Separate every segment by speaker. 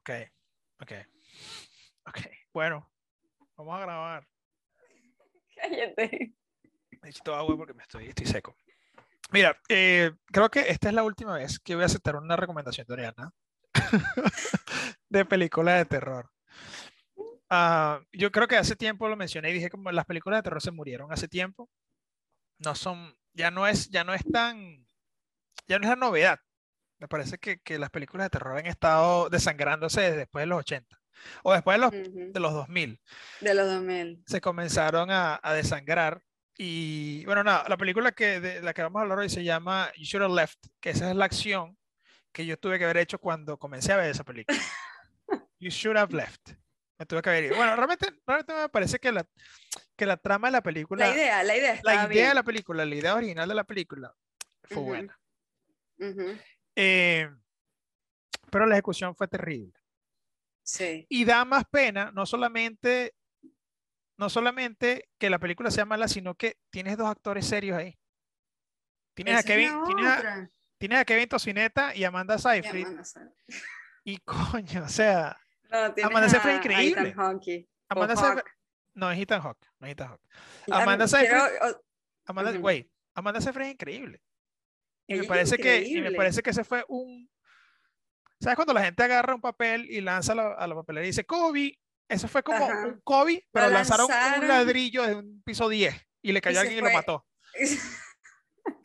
Speaker 1: Ok, ok, ok. Bueno, vamos a grabar.
Speaker 2: Cállate.
Speaker 1: Necesito agua porque me estoy, estoy seco. Mira, eh, creo que esta es la última vez que voy a aceptar una recomendación de Oriana de película de terror. Ah, yo creo que hace tiempo lo mencioné y dije como las películas de terror se murieron hace tiempo. No son, ya no es, ya no es tan, ya no es la novedad. Me parece que, que las películas de terror han estado desangrándose desde después de los 80 o después de los,
Speaker 2: Ujú.
Speaker 1: de los 2000
Speaker 2: De los 2000.
Speaker 1: se comenzaron a, a desangrar. Y bueno, nada, la película que, de la que vamos a hablar hoy se llama You Should Have Left, que esa es la acción que yo tuve que haber hecho cuando comencé a ver esa película. You Should Have Left. Me tuve que haber ido. Bueno, realmente, realmente me parece que la, que la trama de la película,
Speaker 2: La idea, la idea
Speaker 1: la
Speaker 2: estaba
Speaker 1: idea de la película, la idea original de la película fue
Speaker 2: Ujú.
Speaker 1: buena.
Speaker 2: bien. Ujú,
Speaker 1: Eh, pero la ejecución fue terrible.
Speaker 2: Sí.
Speaker 1: y da más pena, no solamente, no solamente que la película sea mala, sino que tienes dos actores serios ahí. Tienes a
Speaker 2: Esa es
Speaker 1: Kevin,
Speaker 2: la
Speaker 1: tienes a,
Speaker 2: otra.
Speaker 1: tienes a Kevin Tocineta y Amanda Seyfried.
Speaker 2: Y Amanda Seyfried.
Speaker 1: Y coño, o sea,
Speaker 2: No, tienes
Speaker 1: Amanda Seyfried
Speaker 2: a- a
Speaker 1: increíble.
Speaker 2: Ethan Hawke, o
Speaker 1: Amanda
Speaker 2: Hawke.
Speaker 1: Seyfried, no es Ethan Hawke, no es Ethan Hawke.
Speaker 2: Y a mí-
Speaker 1: Amanda
Speaker 2: quiero- o-
Speaker 1: Amanda,
Speaker 2: Ujú.
Speaker 1: wait, Amanda Seyfried es increíble. Y
Speaker 2: Ella
Speaker 1: me
Speaker 2: es
Speaker 1: parece que, y me
Speaker 2: increíble.
Speaker 1: parece que ese fue un, ¿sabes cuando la gente agarra un papel y lanza la- a la papelera y dice Kobe? Eso fue como
Speaker 2: Ajá.
Speaker 1: un Kobe, pero lanzaron, un
Speaker 2: lanzaron.
Speaker 1: ladrillo de un piso 10 y le cayó
Speaker 2: se
Speaker 1: alguien y lo
Speaker 2: fue.
Speaker 1: mató.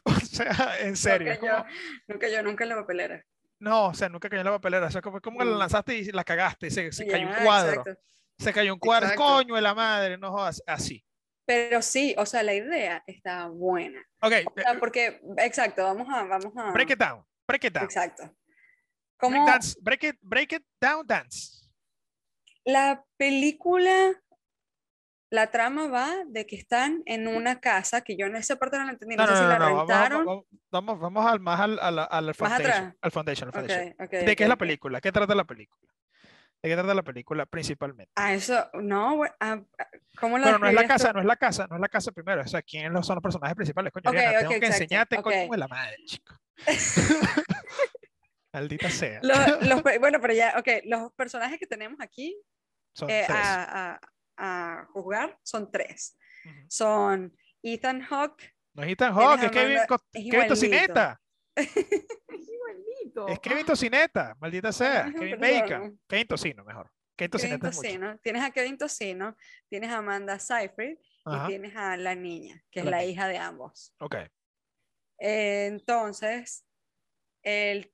Speaker 1: O sea, en serio. es
Speaker 2: Nunca yo,
Speaker 1: como-
Speaker 2: nunca yo, nunca en la papelera.
Speaker 1: no, o sea, nunca cayó en la papelera. Eso es como, como que la
Speaker 2: Mm.
Speaker 1: lanzaste y la cagaste. y Se, se cayó un
Speaker 2: Ya,
Speaker 1: cuadro.
Speaker 2: exacto.
Speaker 1: Se cayó un cuadro.
Speaker 2: Exacto.
Speaker 1: Coño de la madre, no jodas. Así.
Speaker 2: Pero sí, o sea, la idea está buena.
Speaker 1: Ok, eh,
Speaker 2: O sea, porque, exacto, vamos a, vamos a.
Speaker 1: break it down. Break it down.
Speaker 2: Exacto.
Speaker 1: Break,
Speaker 2: Como
Speaker 1: dance, break, it, break it down, dance.
Speaker 2: la película, la trama va de que están en una casa, que yo en esa parte no la entendí, no,
Speaker 1: No, no,
Speaker 2: sé si
Speaker 1: no,
Speaker 2: la
Speaker 1: no, vamos,
Speaker 2: rentaron.
Speaker 1: vamos, vamos, vamos al más al, al, al foundation,
Speaker 2: atrás.
Speaker 1: al foundation, al foundation.
Speaker 2: Ok, ok,
Speaker 1: ¿De qué
Speaker 2: ok,
Speaker 1: es la
Speaker 2: ok.
Speaker 1: película? ¿Qué trata la película? ¿De qué trata la película principalmente?
Speaker 2: Ah, eso, no, bu- ah, ah, ¿cómo lo
Speaker 1: Bueno, no es la
Speaker 2: describirías tú?
Speaker 1: casa, no es la casa, no es la casa primero. O sea, ¿quiénes los- son los personajes principales? Coño,
Speaker 2: Ok,
Speaker 1: Ariana,
Speaker 2: ok,
Speaker 1: tengo que
Speaker 2: exacto,
Speaker 1: enseñarte coño
Speaker 2: ok.
Speaker 1: de la madre, chico. Maldita sea.
Speaker 2: Los- los pe- bueno, pero ya, ok, los personajes que tenemos aquí
Speaker 1: Son
Speaker 2: eh,
Speaker 1: tres.
Speaker 2: a, a- a juzgar son tres.
Speaker 1: Ujú.
Speaker 2: Son Ethan Hawke.
Speaker 1: No es Ethan
Speaker 2: tienes
Speaker 1: Hawke,
Speaker 2: a
Speaker 1: es Kevin,
Speaker 2: Amanda-
Speaker 1: Co-
Speaker 2: es
Speaker 1: Kevin
Speaker 2: igualito.
Speaker 1: Tocineta.
Speaker 2: Igualito.
Speaker 1: Es Kevin Tocineta, maldita sea.
Speaker 2: Ay,
Speaker 1: Kevin
Speaker 2: Ah, perdón.
Speaker 1: Bacon. Kevin Tocino, mejor. Kevin
Speaker 2: Kevin
Speaker 1: Tocineta es mucho.
Speaker 2: Tocino, Tienes a Kevin Tocino, tienes a Amanda Seyfried
Speaker 1: Ajá,
Speaker 2: y tienes a la niña, que es
Speaker 1: La
Speaker 2: la
Speaker 1: niña.
Speaker 2: hija de ambos.
Speaker 1: ok.
Speaker 2: Eh, Entonces, el,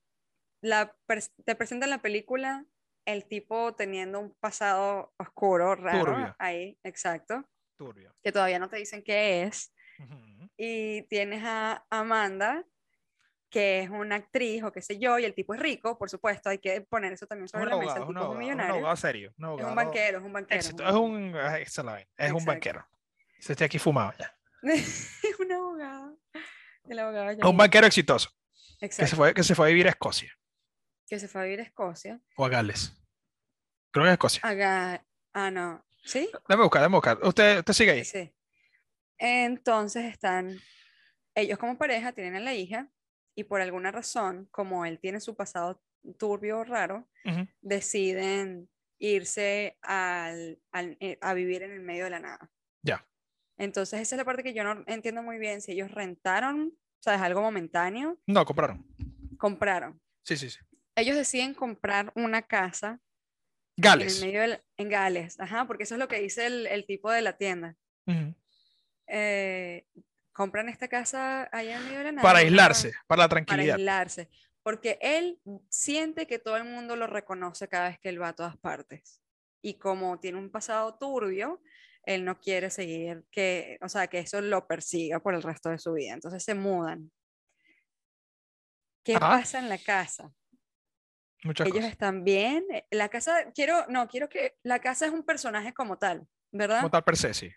Speaker 2: la, pres- te presentan la película el tipo teniendo un pasado oscuro, raro,
Speaker 1: Turbio.
Speaker 2: ahí, exacto,
Speaker 1: Turbio.
Speaker 2: que todavía no te dicen qué es.
Speaker 1: Ujú.
Speaker 2: Y tienes a Amanda, que es una actriz o qué sé yo, y el tipo es rico, por supuesto, hay que poner eso también
Speaker 1: Es un
Speaker 2: sobre la mesa, el
Speaker 1: abogado, es un
Speaker 2: tipo es un
Speaker 1: abogado, es un
Speaker 2: millonario.
Speaker 1: abogado serio. Un
Speaker 2: Es un
Speaker 1: abogado.
Speaker 2: banquero, es un banquero.
Speaker 1: Éxito, es un, ah, esa es la vaina, es un
Speaker 2: Exacto.
Speaker 1: banquero. Se estoy aquí fumado ya.
Speaker 2: es un abogado. El abogado
Speaker 1: Es un
Speaker 2: James,
Speaker 1: banquero exitoso que se,
Speaker 2: exacto,
Speaker 1: fue, que se fue a vivir a Escocia
Speaker 2: que se fue a vivir a Escocia.
Speaker 1: o a Gales. Creo que es Escocia.
Speaker 2: Haga... Ah, no. ¿Sí?
Speaker 1: Dame buscar, dame buscar. Usted, usted sigue ahí.
Speaker 2: Sí. Entonces están, ellos como pareja tienen a la hija y por alguna razón, como él tiene su pasado turbio o raro,
Speaker 1: Ujú.
Speaker 2: deciden irse al- al- eh, a vivir en el medio de la nada.
Speaker 1: Ya.
Speaker 2: Entonces esa es la parte que yo no entiendo muy bien, si ellos rentaron, o sea, es algo momentáneo,
Speaker 1: No, compraron.
Speaker 2: compraron.
Speaker 1: Sí, sí, sí.
Speaker 2: Ellos deciden comprar una casa en, el
Speaker 1: Gales.
Speaker 2: medio del- en Gales, ajá, porque eso es lo que dice el- el tipo de la tienda.
Speaker 1: Ujú.
Speaker 2: eh, compran esta casa allá en medio de la nada,
Speaker 1: Para
Speaker 2: ¿no?
Speaker 1: aislarse, para la
Speaker 2: para
Speaker 1: tranquilidad.
Speaker 2: aislarse, porque él siente que todo el mundo lo reconoce cada vez que él va a todas partes. Y como tiene un pasado turbio, él no quiere seguir que, o sea, que eso lo persiga por el resto de su vida. Entonces se mudan. ¿Qué
Speaker 1: Ajá.
Speaker 2: pasa en la casa?
Speaker 1: Muchas
Speaker 2: Ellos
Speaker 1: cosas.
Speaker 2: están bien. eh, La casa, quiero, no, quiero que la casa es un personaje como tal, ¿verdad?
Speaker 1: Como tal per se, sí.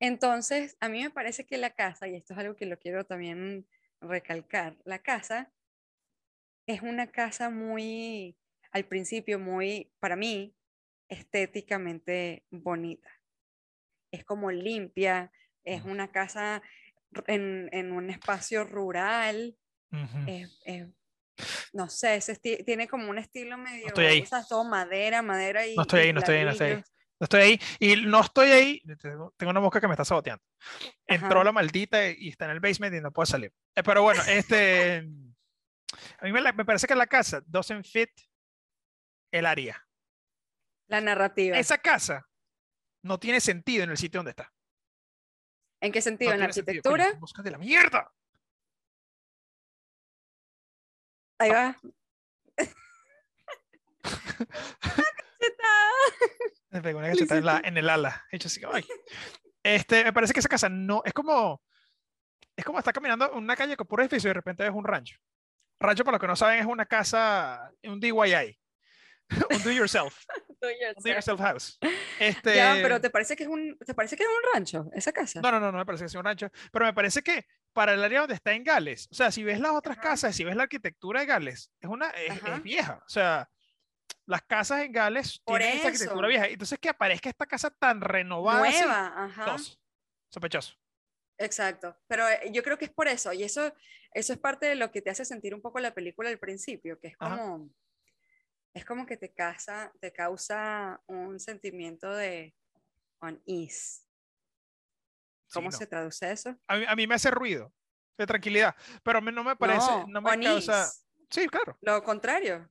Speaker 2: Entonces, a mí me parece que la casa, y esto es algo que lo quiero también recalcar, la casa es una casa muy, al principio, muy, para mí, estéticamente bonita. Es como limpia, es
Speaker 1: Ujú.
Speaker 2: una casa r- en, en un espacio rural,
Speaker 1: Ujú.
Speaker 2: es, es Eh, No sé, ese esti- tiene como un estilo medio.
Speaker 1: estoy ahí.
Speaker 2: o sea, es todo madera, madera y.
Speaker 1: No estoy
Speaker 2: y
Speaker 1: ahí, no estoy ahí, no estoy ahí.
Speaker 2: ladrillos.
Speaker 1: No estoy ahí. Y no estoy ahí. Tengo, tengo una mosca que me está saboteando. Entró
Speaker 2: Ajá.
Speaker 1: la maldita y está en el basement y no puedo salir. Eh, pero bueno, este. A mí me, la- me parece que la casa doesn't fit el área.
Speaker 2: La narrativa.
Speaker 1: Esa casa no tiene sentido en el sitio donde está.
Speaker 2: ¿En qué sentido?
Speaker 1: No
Speaker 2: en la
Speaker 1: tiene sentido. Coño,
Speaker 2: arquitectura.
Speaker 1: moscas de la mierda.
Speaker 2: Ahí va.
Speaker 1: Me pegó una
Speaker 2: Le
Speaker 1: cachetada en, la-
Speaker 2: hiciste-
Speaker 1: en el ala. Hecho así, ay. Este, me parece que esa casa no, es como, es como estar caminando en una calle con puro edificio y de repente ves un rancho. Rancho, para los que no saben, es una casa, un DIY, un do yourself, un do yourself house. Este,
Speaker 2: Ya, pero ¿te parece que es un, te parece que es un rancho esa casa?
Speaker 1: No, no, no, no me parece que sea un rancho, pero me parece que para el área donde está en Gales, o sea, si ves las otras
Speaker 2: Ajá.
Speaker 1: casas, si ves la arquitectura de Gales, es una es, es
Speaker 2: Ajá.
Speaker 1: vieja, o sea, las casas en Gales
Speaker 2: Por
Speaker 1: tienen esa arquitectura
Speaker 2: eso.
Speaker 1: vieja, entonces que aparezca esta casa tan renovada, así,
Speaker 2: Nueva, ajá.
Speaker 1: sospechoso, sospechoso.
Speaker 2: Exacto. Pero eh, yo creo que es por eso. Y eso, eso es parte de lo que te hace sentir un poco la película al principio, que es
Speaker 1: Ajá.
Speaker 2: como, es como que te casa, te causa un sentimiento de unease.
Speaker 1: Sí,
Speaker 2: ¿Cómo
Speaker 1: no.
Speaker 2: se traduce eso?
Speaker 1: a, mí, a mí me hace ruido de tranquilidad, pero a mí no me parece, no, me
Speaker 2: unease,
Speaker 1: causa. Sí, claro,
Speaker 2: Lo contrario.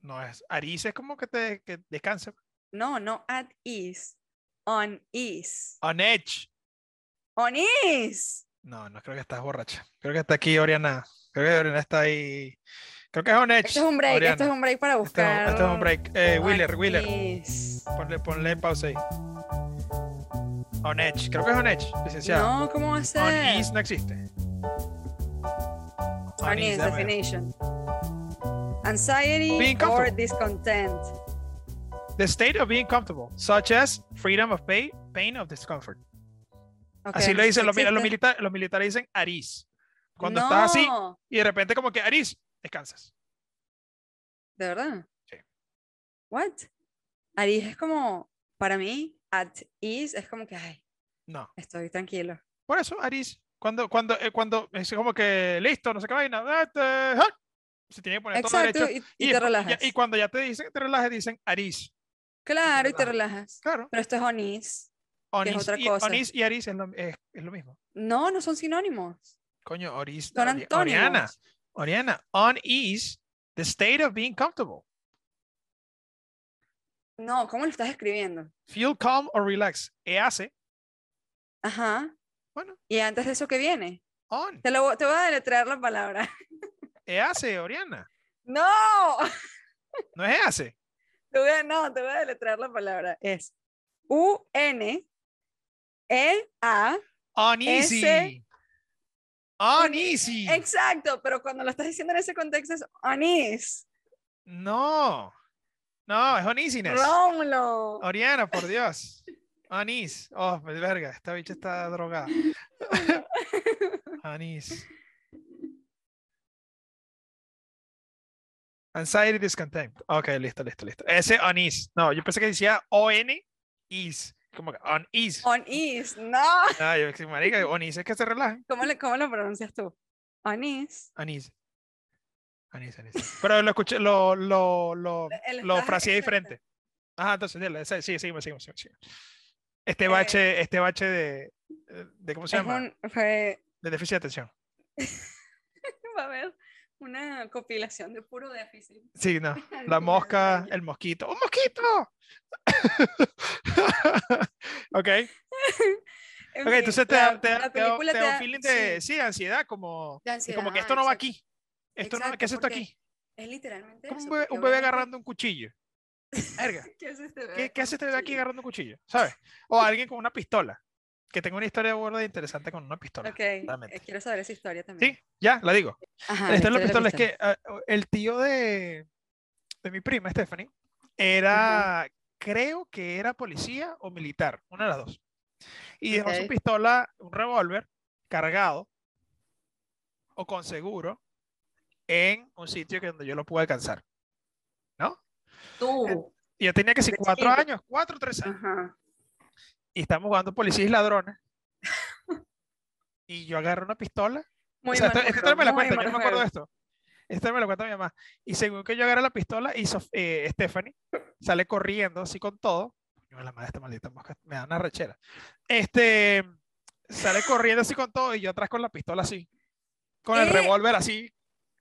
Speaker 1: no es Aries es como que te que descansa.
Speaker 2: No, no at ease. On ease.
Speaker 1: On edge.
Speaker 2: On ease.
Speaker 1: No, no creo que estás borracha. Creo que está aquí Oriana. Creo que Oriana está ahí. Creo que es on edge.
Speaker 2: Esto es un break, esto es
Speaker 1: Oriana.
Speaker 2: un break para
Speaker 1: Este es un-
Speaker 2: buscar.
Speaker 1: este es un break. Eh,
Speaker 2: on
Speaker 1: Wheeler, Wheeler.
Speaker 2: ease.
Speaker 1: Ponle, ponle pausa ahí. On edge. Creo que es on edge, licenciado.
Speaker 2: No, ¿cómo va a
Speaker 1: on
Speaker 2: ser?
Speaker 1: ease no existe. On
Speaker 2: On
Speaker 1: ease,
Speaker 2: ease,
Speaker 1: dame.
Speaker 2: definition. Anxiety
Speaker 1: Being
Speaker 2: or
Speaker 1: comfortable.
Speaker 2: discontent.
Speaker 1: The state of being comfortable, such as freedom of pain, pain of discomfort.
Speaker 2: Ok,
Speaker 1: Así lo
Speaker 2: sí
Speaker 1: dicen los, mira, los
Speaker 2: existe.
Speaker 1: milita- los militares, dicen Aris. Cuando estás así
Speaker 2: No,
Speaker 1: y de repente como que Aris, descansas.
Speaker 2: ¿De verdad?
Speaker 1: Sí.
Speaker 2: What? Aris es como, para mí, at ease es como que, ay,
Speaker 1: No.
Speaker 2: estoy tranquilo.
Speaker 1: Por eso Aris, cuando cuando eh, cuando es como que listo, no sé qué vaina, ah, te- ah", se tiene que poner todo
Speaker 2: Exacto,
Speaker 1: derecho.
Speaker 2: y, y te
Speaker 1: después-
Speaker 2: relajas.
Speaker 1: y cuando ya te dicen que te relajes, dicen Aris.
Speaker 2: claro, y te relajas.
Speaker 1: Claro.
Speaker 2: Pero esto es on ease.
Speaker 1: Onis,
Speaker 2: otra
Speaker 1: y,
Speaker 2: cosa.
Speaker 1: Onis y Aris es lo, es- es lo mismo.
Speaker 2: No, no son sinónimos.
Speaker 1: Coño, Aris.
Speaker 2: Son
Speaker 1: Ori-
Speaker 2: antónimos.
Speaker 1: Oriana, Oriana, on is the state of being comfortable.
Speaker 2: No, ¿cómo lo estás escribiendo?
Speaker 1: Feel calm or relax. E EAC,
Speaker 2: Ajá.
Speaker 1: Bueno.
Speaker 2: ¿Y antes de eso qué viene?
Speaker 1: on.
Speaker 2: Te, lo, vo- te voy a deletrear la palabra.
Speaker 1: EAC, Oriana.
Speaker 2: ¡No!
Speaker 1: No es e EAC.
Speaker 2: Te voy a, no, te voy a deletrear la palabra. Es E U-N-E-A.
Speaker 1: Uneasy. Uneasy.
Speaker 2: Exacto, pero cuando lo estás diciendo en ese contexto es Onis.
Speaker 1: No. No, es uneasiness.
Speaker 2: Rómulo.
Speaker 1: Oriana, por Dios. Anís. Oh, pues, verga, esta bicha está drogada. Anís. Anxiety discontent. Ok, listo, listo, listo. Ese anís. No, yo pensé que decía O-N is. Como que on is.
Speaker 2: Onis. No.
Speaker 1: Ah, yo dije, marica, onis es que se relajen.
Speaker 2: ¿Cómo, le- cómo lo pronuncias tú? Onis.
Speaker 1: Anís. Anís, anís. Pero lo escuché, lo, lo, lo, lo fraseé diferente. Ajá, entonces, dale, ese- sí, seguimos, seguimos, seguimos, seguimos. Este
Speaker 2: Eh,
Speaker 1: bache, este bache de, eh, de ¿cómo se
Speaker 2: Es
Speaker 1: llama?
Speaker 2: un, fue,
Speaker 1: De déficit de atención.
Speaker 2: va a haber una compilación de puro déficit.
Speaker 1: Sí, no.
Speaker 2: al
Speaker 1: La
Speaker 2: final
Speaker 1: mosca,
Speaker 2: del año.
Speaker 1: el mosquito. ¡Un mosquito! ok.
Speaker 2: En
Speaker 1: Ok,
Speaker 2: fin,
Speaker 1: entonces te,
Speaker 2: la-
Speaker 1: da- te, da-
Speaker 2: la
Speaker 1: te da-
Speaker 2: película
Speaker 1: te da un
Speaker 2: da-
Speaker 1: feeling
Speaker 2: sí,
Speaker 1: de, sí, ansiedad, como,
Speaker 2: de
Speaker 1: y como que
Speaker 2: ansiedad,
Speaker 1: esto no va
Speaker 2: exacto.
Speaker 1: aquí. Esto no,
Speaker 2: Exacto,
Speaker 1: ¿Qué es esto
Speaker 2: porque
Speaker 1: aquí?
Speaker 2: Es literalmente
Speaker 1: Como un
Speaker 2: eso,
Speaker 1: bebé,
Speaker 2: porque
Speaker 1: un bebé
Speaker 2: obviamente-
Speaker 1: agarrando un cuchillo. Verga.
Speaker 2: ¿Qué hace este bebé
Speaker 1: ¿Qué, qué
Speaker 2: con
Speaker 1: hace
Speaker 2: un
Speaker 1: este bebé aquí
Speaker 2: cuchillo?
Speaker 1: agarrando un cuchillo? ¿Sabes? O alguien con una pistola. Que tengo una historia burda interesante con una pistola.
Speaker 2: Ok, eh,
Speaker 1: Realmente.
Speaker 2: quiero saber esa historia también.
Speaker 1: Sí, ya, la digo.
Speaker 2: Ajá,
Speaker 1: La historia de la
Speaker 2: historia
Speaker 1: pistola es
Speaker 2: de la
Speaker 1: que ah, el tío de, de mi prima, Stephanie, era, creo que era policía o militar, una de las dos. Y dejó su
Speaker 2: Ok.
Speaker 1: pistola, un revólver, cargado o con seguro en un sitio que donde yo lo pude alcanzar.
Speaker 2: pistola. Tú.
Speaker 1: Y yo tenía que ser
Speaker 2: De
Speaker 1: cuatro
Speaker 2: chiquito.
Speaker 1: años, cuatro o tres
Speaker 2: Ah.
Speaker 1: años.
Speaker 2: Ajá.
Speaker 1: Y estamos jugando policías y ladrones. Y yo agarré una pistola.
Speaker 2: Muy
Speaker 1: o sea,
Speaker 2: mal
Speaker 1: esto, esto
Speaker 2: juego,
Speaker 1: me la
Speaker 2: muy
Speaker 1: cuenta, yo
Speaker 2: mal
Speaker 1: no me acuerdo de
Speaker 2: juego.
Speaker 1: esto. Esta me lo cuenta mi mamá. Y según que yo agarré la pistola, y Sof- eh, Stephanie sale corriendo así con todo. Yo la madre esta maldita mosca, me da una rechera. Este sale corriendo así con todo y yo atrás con la pistola así. Con el
Speaker 2: ¿Qué?
Speaker 1: revólver así,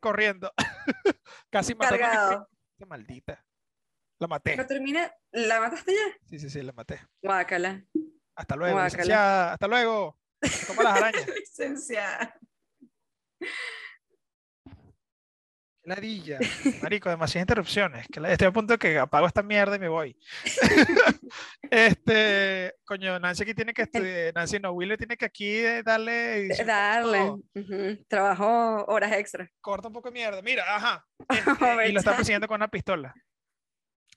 Speaker 1: corriendo. Casi matando a mi
Speaker 2: Cargado.
Speaker 1: prima. Esta maldita. La maté.
Speaker 2: Pero termina, ¿la mataste ya?
Speaker 1: Sí, sí, sí, la maté.
Speaker 2: Guácala.
Speaker 1: Hasta luego,
Speaker 2: Guácala.
Speaker 1: licenciada. Hasta luego. Toma las arañas.
Speaker 2: Licenciada.
Speaker 1: Qué Ladilla. Marico, demasiadas interrupciones. que la- Estoy a punto de que apago esta mierda y me voy. este, coño, Nancy aquí tiene que estudiar. Nancy no, Willy tiene que aquí eh, darle. edición,
Speaker 2: Darle.
Speaker 1: todo.
Speaker 2: Ujú. Trabajó horas extra.
Speaker 1: Corta un poco de mierda. Mira, ajá. Este,
Speaker 2: Over
Speaker 1: y lo está
Speaker 2: time.
Speaker 1: persiguiendo con una pistola.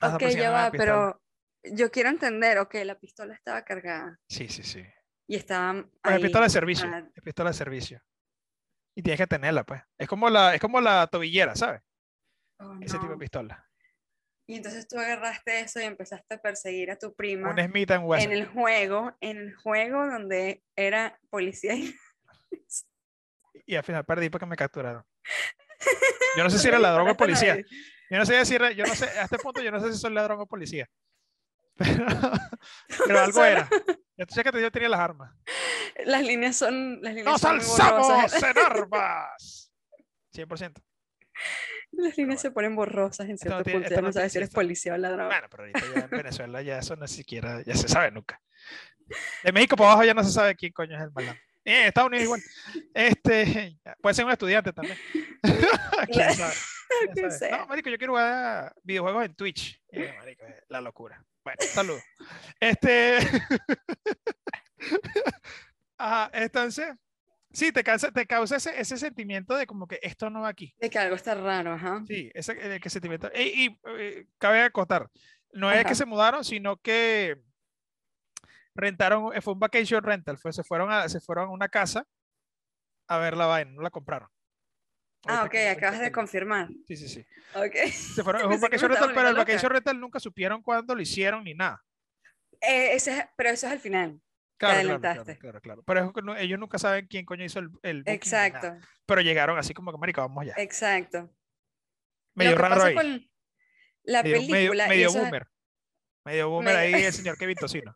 Speaker 1: La está
Speaker 2: Ok,
Speaker 1: persiguiendo con pues
Speaker 2: ya
Speaker 1: una
Speaker 2: va,
Speaker 1: pistola.
Speaker 2: pero yo quiero entender, ok, la pistola estaba cargada
Speaker 1: Sí, sí, sí.
Speaker 2: y estaba
Speaker 1: Pues es
Speaker 2: ahí.
Speaker 1: pistola de servicio.
Speaker 2: ah.
Speaker 1: Es pistola de servicio. Y tienes que tenerla, pues. Es como la, es como la tobillera, ¿sabes?
Speaker 2: Oh,
Speaker 1: Ese tipo de
Speaker 2: no.
Speaker 1: pistola.
Speaker 2: Y entonces tú agarraste eso y empezaste a perseguir a tu prima
Speaker 1: Un Smith en Wesson.
Speaker 2: en el juego, en el juego donde era policía. y-
Speaker 1: Y al final perdí porque me capturaron. Yo no sé si era ladrón o
Speaker 2: Mataste a
Speaker 1: policía.
Speaker 2: nadie.
Speaker 1: Yo no sé decir, yo no sé, a este punto yo no sé si soy ladrón o policía. Pero, pero algo
Speaker 2: Solo-
Speaker 1: era. Yo sé que te- yo tenía las armas.
Speaker 2: Las líneas son, las líneas
Speaker 1: ¡Nos
Speaker 2: son muy
Speaker 1: alzamos
Speaker 2: borrosas.
Speaker 1: en armas! 100%.
Speaker 2: Las líneas
Speaker 1: bueno.
Speaker 2: se ponen borrosas en
Speaker 1: Esto no
Speaker 2: cierto
Speaker 1: tiene-
Speaker 2: punto,
Speaker 1: esto
Speaker 2: ya
Speaker 1: no
Speaker 2: no
Speaker 1: tiene
Speaker 2: sabes si eres
Speaker 1: chiste.
Speaker 2: policía o ladrón.
Speaker 1: Bueno, pero ahorita ya en Venezuela ya eso ni siquiera, ya se sabe nunca. De México para abajo ya no se sabe quién coño es el malandro. Eh, Estados Unidos igual. Este, puede ser un estudiante también. ¿Quién
Speaker 2: Claro,
Speaker 1: sabe? ¿Quién
Speaker 2: quién
Speaker 1: sabe? No,
Speaker 2: sea.
Speaker 1: marico, yo quiero jugar videojuegos en Twitch. Eh, marico, eh, la locura. Bueno, saludos. Este... Ajá, entonces, sí, te causa, te causa ese, ese sentimiento de como que esto no va aquí.
Speaker 2: De que algo está raro, ajá.
Speaker 1: Sí, ese el que sentimiento. Y, y, eh, cabe acotar, no es que
Speaker 2: Ajá.
Speaker 1: se mudaron, sino que rentaron, eh, fue un vacation rental, fue, se, fueron a, se fueron a una casa a ver la vaina, no la compraron.
Speaker 2: Ah,
Speaker 1: Ahorita
Speaker 2: ok,
Speaker 1: que- ahorita
Speaker 2: acabas
Speaker 1: que
Speaker 2: de
Speaker 1: lo-
Speaker 2: confirmar.
Speaker 1: Sí, sí, sí.
Speaker 2: Ok.
Speaker 1: Se fueron, es un
Speaker 2: Pensé que me
Speaker 1: vacation
Speaker 2: estaba
Speaker 1: rental, pero el
Speaker 2: volviendo loca.
Speaker 1: vacation rental nunca supieron cuándo lo hicieron ni nada.
Speaker 2: Eh, ese es- pero eso es al final.
Speaker 1: Claro, claro, claro,
Speaker 2: adelantaste.
Speaker 1: claro, claro. Pero es que no- ellos nunca saben quién coño hizo el, el booking ni nada.
Speaker 2: Exacto,
Speaker 1: Pero llegaron así como que, marica, vamos ya.
Speaker 2: exacto.
Speaker 1: Medio
Speaker 2: Lo que
Speaker 1: raro
Speaker 2: pasa
Speaker 1: ahí.
Speaker 2: con la
Speaker 1: medio, medio-
Speaker 2: película. y
Speaker 1: medio
Speaker 2: eso es-
Speaker 1: boomer. Medio boomer
Speaker 2: Medio-
Speaker 1: ahí el señor Kevin Tocino.